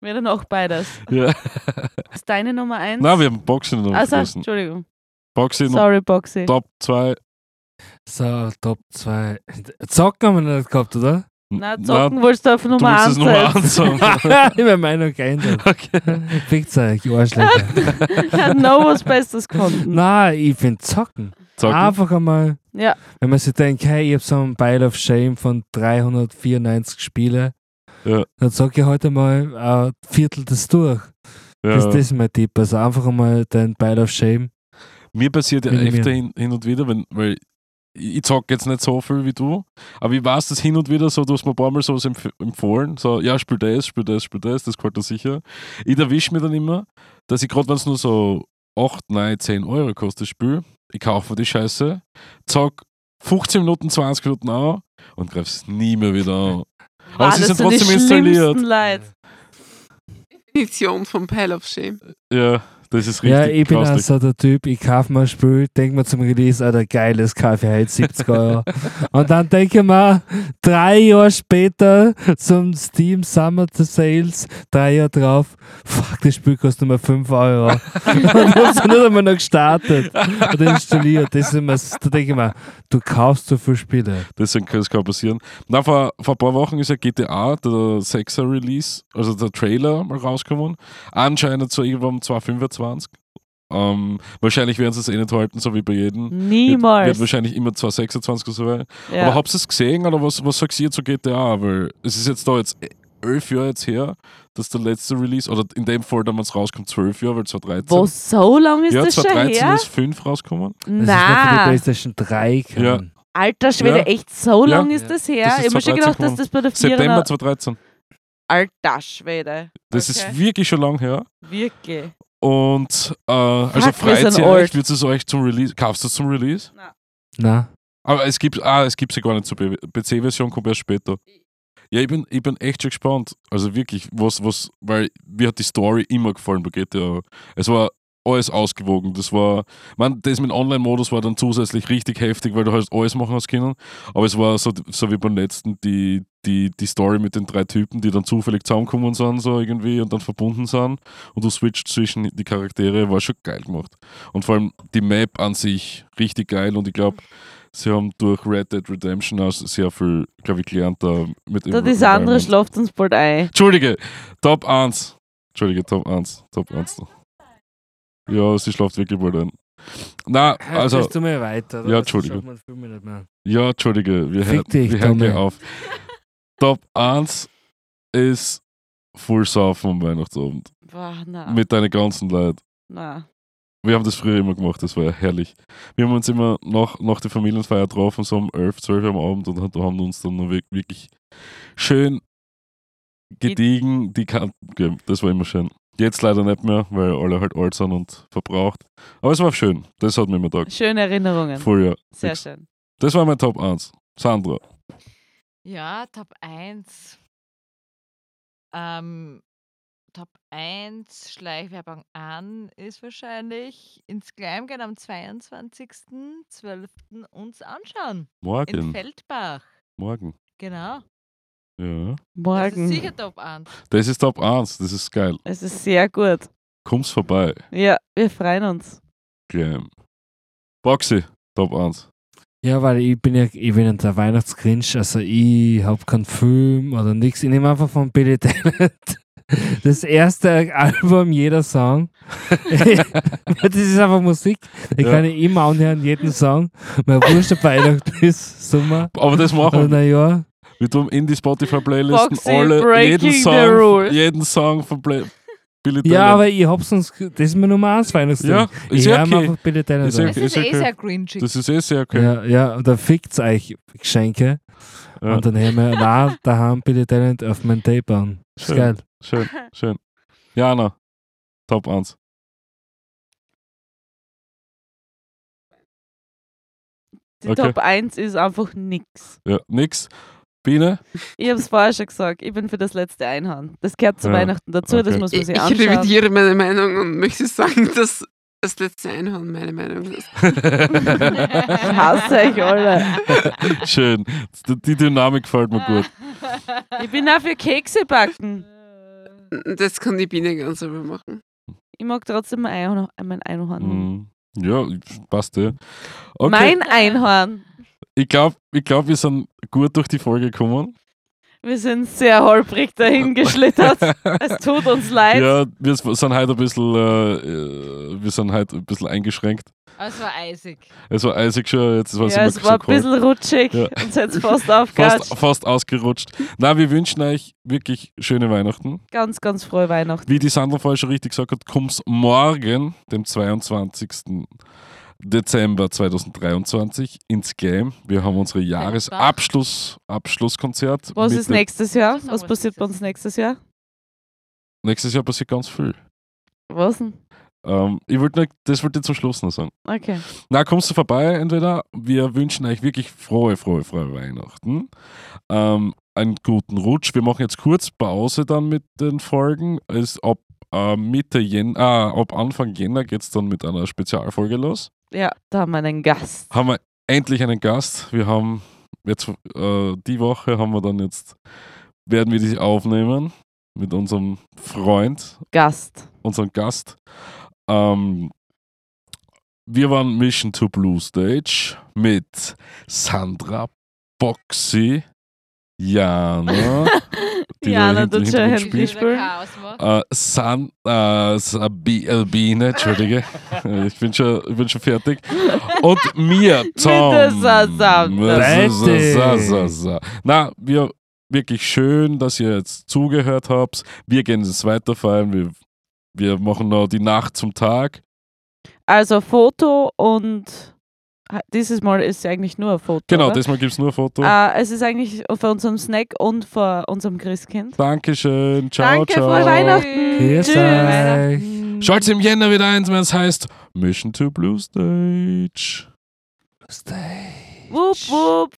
B: Wäre dann auch beides.
C: [laughs] ja.
B: Ist deine Nummer eins?
C: Na, wir haben Boxen noch
B: also,
C: vergessen.
B: Entschuldigung.
C: Boxen und
B: Sorry, Boxy.
C: Top 2.
E: So, Top 2. [laughs] Zocken haben wir nicht gehabt,
B: [laughs]
E: oder?
B: Na, zocken wolltest du auf
C: du
B: Nummer
C: musst
B: eins
C: es Nummer 1
B: setzen.
C: haben.
B: [laughs]
E: ich meine Meinung geändert.
C: [laughs] Okay.
E: Fickt euch, ihr Arschlöcher.
B: [laughs] Hat noch was
C: [laughs]
B: Besseres gefunden.
E: Nein, ich finde Zocken.
C: Zocken.
E: Einfach einmal,
B: Ja,
E: wenn man sich denkt, hey, ich habe so einen Pile of Shame von 394 Spiele,
C: Ja.
E: dann zocke ich heute mal ein Viertel das durch.
C: ja.
E: Das, das ist mein Tipp. Also einfach einmal den Pile of Shame.
C: Mir passiert ja
E: Minimieren.
C: öfter hin, hin und wieder, wenn, weil ich zocke jetzt nicht so viel wie du, aber ich weiß das hin und wieder so, du hast mir ein paar Mal sowas empf empfohlen, so, ja, spiel das, spiel das, spiel das, das gefällt dir sicher. Ich erwische mir dann immer, dass ich gerade, wenn es nur so 8, 9, 10 Euro kostet, das Spiel, ich kaufe mir die Scheiße, zock 15 Minuten, 20 Minuten an und greife es nie mehr wieder an. Aber sie sind
B: das sind die
C: trotzdem installiert.
B: schlimmsten Leute.
D: Definition von Pile of Shame.
C: Ja, das ist richtig.
E: ja, ich bin auch
C: grauslich.
E: so der Typ, ich kaufe mir ein Spiel, denke mir zum Release, Alter, geiles Kaffee, halt
C: [laughs]
E: 70 Euro. Und dann denke ich mir, drei Jahre später zum Steam Summer Sales, drei Jahre drauf, fuck, das Spiel kostet nur 5
C: [laughs]
E: Euro. Und hab's nicht einmal noch gestartet oder installiert. Das ist immer, so- da denke ich mir, du kaufst so viele Spiele.
C: Deswegen kann es kaum passieren. Na, vor, vor ein paar Wochen ist ja GTA, der 6er Release, also der Trailer mal rausgekommen. Anscheinend so irgendwann um 225. Ähm, wahrscheinlich werden sie es eh nicht halten, so wie bei jedem. Wird, wird
B: Niemals.
C: wahrscheinlich immer 226 oder so sein.
B: ja.
C: Aber habt ihr es gesehen oder was, was sagst ihr zu GTA? Weil es ist jetzt da jetzt elf Jahre jetzt her, dass der letzte Release, oder in dem Fall damals rauskommt, zwölf Jahre, weil 2013.
B: Wo, so lang ist
C: ja,
B: das schon
C: 2013
B: her?
C: ist 5 rausgekommen.
E: Das ist nur für die
B: Na,
E: PlayStation 3 gekommen.
B: alter Schwede,
C: Ja.
B: echt so
C: Ja.
B: lang ist das her?
C: Das ist
B: ich habe
C: 2013
B: schon gedacht, dass das bei der
C: September
B: Vierer...
C: 2013.
B: Alter Schwede.
C: Das
B: Okay.
C: ist wirklich schon lang her.
B: Wirklich.
C: Und äh, also
B: Fuck, wir sind
C: Freizeit
B: alt.
C: wird es euch zum Release. Kaufst du es zum Release?
E: Na,
C: Aber es gibt, ah, es gibt sie gar nicht zur B- PC-Version, kommt erst später. Ja, ich bin, ich bin echt schon gespannt. Also wirklich, was, was, weil mir hat die Story immer gefallen bei GTA. Es war alles ausgewogen. Das war, man, das mit Online-Modus war dann zusätzlich richtig heftig, weil du halt alles machen hast können. Aber es war so, so wie beim letzten, die, die, die Story mit den drei Typen, die dann zufällig zusammenkommen sind, so irgendwie und dann verbunden sind und du switcht zwischen die Charaktere, war schon geil gemacht. Und vor allem die Map an sich richtig geil und ich glaube, sie haben durch Red Dead Redemption auch sehr viel, glaube ich, gelernt da mit
B: Da
C: im
B: das andere
C: Environment.
B: schlaft uns bald ein.
C: Entschuldige, Top 1. Entschuldige, Top 1. Top 1. noch. Ja, sie schlaft wirklich bald ein. Na, also,
E: Hörst du mal weiter. oder?
C: Ja,
E: Das schafft
C: Entschuldigung.
E: man viel mehr nicht mehr.
C: ja, Entschuldige, wir hören,
E: Fick dich,
C: wir hören gleich
E: Tommy.
C: auf. Top 1 ist Full Saufen am Weihnachtsabend.
B: Boah,
E: Ah.
B: na,
C: Mit deinen ganzen Leuten.
B: na.
C: Wir haben das früher immer gemacht, das war ja herrlich. Wir haben uns immer nach, nach der Familienfeier getroffen, so um 11, 12 Uhr am Abend und hat- haben uns dann noch wirk- wirklich schön gediegen die Kanten gegeben. Das war immer schön. Jetzt leider nicht mehr, weil alle halt alt sind und verbraucht. Aber es war schön. Das hat mir immer gedacht.
B: Schöne Erinnerungen.
C: Vorher.
B: Sehr
C: fix.
B: schön.
C: Das war mein Top 1. Sandra.
F: Ja, Top 1. Ähm, Top 1 Schleichwerbung an ist wahrscheinlich ins Kleingehen am 22.12. uns anschauen. In
C: Morgen.
F: Feldbach.
C: Morgen.
F: Genau.
C: Ja.
F: Das ist
B: Morgen.
F: sicher Top 1.
C: Das ist Top 1. Das ist geil.
B: Es ist sehr gut.
C: Kommst vorbei.
B: Ja, wir freuen uns.
C: Glam. Boxy. Top 1.
E: Ja, weil ich bin ja ich bin ja der Weihnachtsgrinch, also ich hab keinen Film oder nichts. Ich nehme einfach von Billy Talent [laughs] das erste Album,
C: [laughs]
E: jeder Song. das ist einfach Musik. Ich
C: Ja.
E: kann ich immer anhören, jeden Song. Mein Wurscht, ob Weihnachten ist, Sommer
C: Aber das machen wir.
E: oder Neujahr.
C: Wir tun in die Spotify-Playlisten
B: Foxy
C: alle
B: breaking
C: jeden
B: the
C: Song,
B: rules.
C: jeden Song von Play Billy
E: Ja,
C: Talent.
E: aber ich hab sonst, das ist mir Nummer 1 Weihnachtslied.
C: Ja, ist
E: ich
C: ja
E: hör mir
C: okay.
E: einfach Billy Talent
C: Ist ja
E: an.
F: Es
C: Okay,
F: ist
C: ist
F: eh
C: okay.
F: sehr grinchig. [laughs]
C: das [laughs] ist eh sehr okay.
E: Ja, ja, und dann fickt euch Geschenke.
C: Ja.
E: Und dann haben wir, nein, da haben Billy Talent auf mein Tape an. Ist
C: Schön.
E: geil.
C: Schön, schön. Jana, Top 1.
B: Die
C: Okay.
B: Top 1 ist einfach nix.
C: Ja, nix.
B: [laughs]
C: Biene,
B: Ich habe es vorher schon gesagt, ich bin für das letzte Einhauen. Das gehört zu
C: Ja.
B: Weihnachten dazu, das
C: Okay.
B: muss man
D: Ich,
B: sich
D: ich
B: anschauen.
D: revidiere meine Meinung und möchte sagen, dass das letzte Einhorn meine Meinung ist.
B: Ich hasse
C: [laughs]
B: euch alle.
C: schön. D- Die Dynamik gefällt mir
F: [laughs]
C: gut.
B: Ich bin auch für Kekse backen.
D: Das kann die Biene ganz selber machen.
B: Ich mag trotzdem mein Einhorn. Mein Einhorn.
C: Mhm. Ja, passt eh. Okay,
B: Mein Einhorn.
C: ich glaube, ich glaub, wir sind gut durch die Folge gekommen.
B: Wir sind sehr holprig dahin geschlittert.
C: [laughs]
B: es tut uns leid.
C: Ja, wir sind halt ein bisschen, äh, äh, wir sind halt ein bisschen eingeschränkt.
F: Aber Ah, es war eisig.
C: Es war eisig schon, jetzt war es
B: Ja,
C: immer
B: es war ein
C: so kalt.
B: bisschen rutschig.
C: Ja.
B: Uns hat es fast aufgehauen.
C: Fast, fast ausgerutscht. Na, wir wünschen euch wirklich schöne Weihnachten.
B: Ganz, ganz frohe Weihnachten.
C: Wie die Sandra vorher schon richtig gesagt hat, kommt's morgen, dem 22. Dezember 2023, ins Game. Wir haben unsere Jahresabschluss Abschlusskonzert.
B: Was
C: mit
B: ist
C: dem-
B: nächstes Jahr?
F: Sag mal,
B: Was
F: was
B: passiert
F: ist
B: bei
F: jetzt?
B: uns nächstes Jahr?
C: Nächstes Jahr passiert ganz viel.
B: Was denn?
C: Ähm, ich wollte nur- das wollte ich zum Schluss noch sagen.
B: Okay.
C: Na, kommst du vorbei entweder. Wir wünschen euch wirklich frohe, frohe, frohe Weihnachten. Ähm, einen guten Rutsch. Wir machen jetzt kurz Pause dann mit den Folgen. Es, ab, äh, Mitte Jen ah, ab Anfang Jänner geht es dann mit einer Spezialfolge los.
B: Ja, da haben wir einen Gast.
C: Haben wir endlich einen Gast. Wir haben jetzt äh, die Woche haben wir dann jetzt, werden wir die aufnehmen mit unserem Freund,
B: Gast.
C: unseren Gast. Ähm, wir waren Mission to Blue Stage mit Sandra Boxy, Jana, die
B: Jana
C: da hinten
B: tut schon
C: im
B: ein
C: Hintergrund
B: Spiel
C: spielt.
B: spielen.
C: äh, San, äh, Sabi, äh, Biene,
B: [laughs]
C: Entschuldige, Äh, ich bin schon, ich bin schon fertig. Und mir, Tom.
B: Bitte, sa- sa-
C: Sa- sa- sa- sa-
E: Fertig.
C: sa. Na, wir, wirklich schön, dass ihr jetzt zugehört habt. Wir gehen jetzt weiterfeiern. Wir, wir machen noch die Nacht zum Tag.
B: Also Foto und dieses Mal ist es eigentlich nur ein Foto.
C: Genau,
B: oder?
C: diesmal gibt es nur ein Foto.
B: Äh, es ist eigentlich von unserem Snack und von unserem Christkind.
C: Dankeschön. Ciao,
B: Danke,
C: ciao.
B: frohe Weihnachten.
E: Grüß
B: Tschüss.
E: euch.
C: Schalt's im Jänner wieder ein, wenn es heißt Mission to Blue Stage.
E: Stay.
B: Wupp, wupp.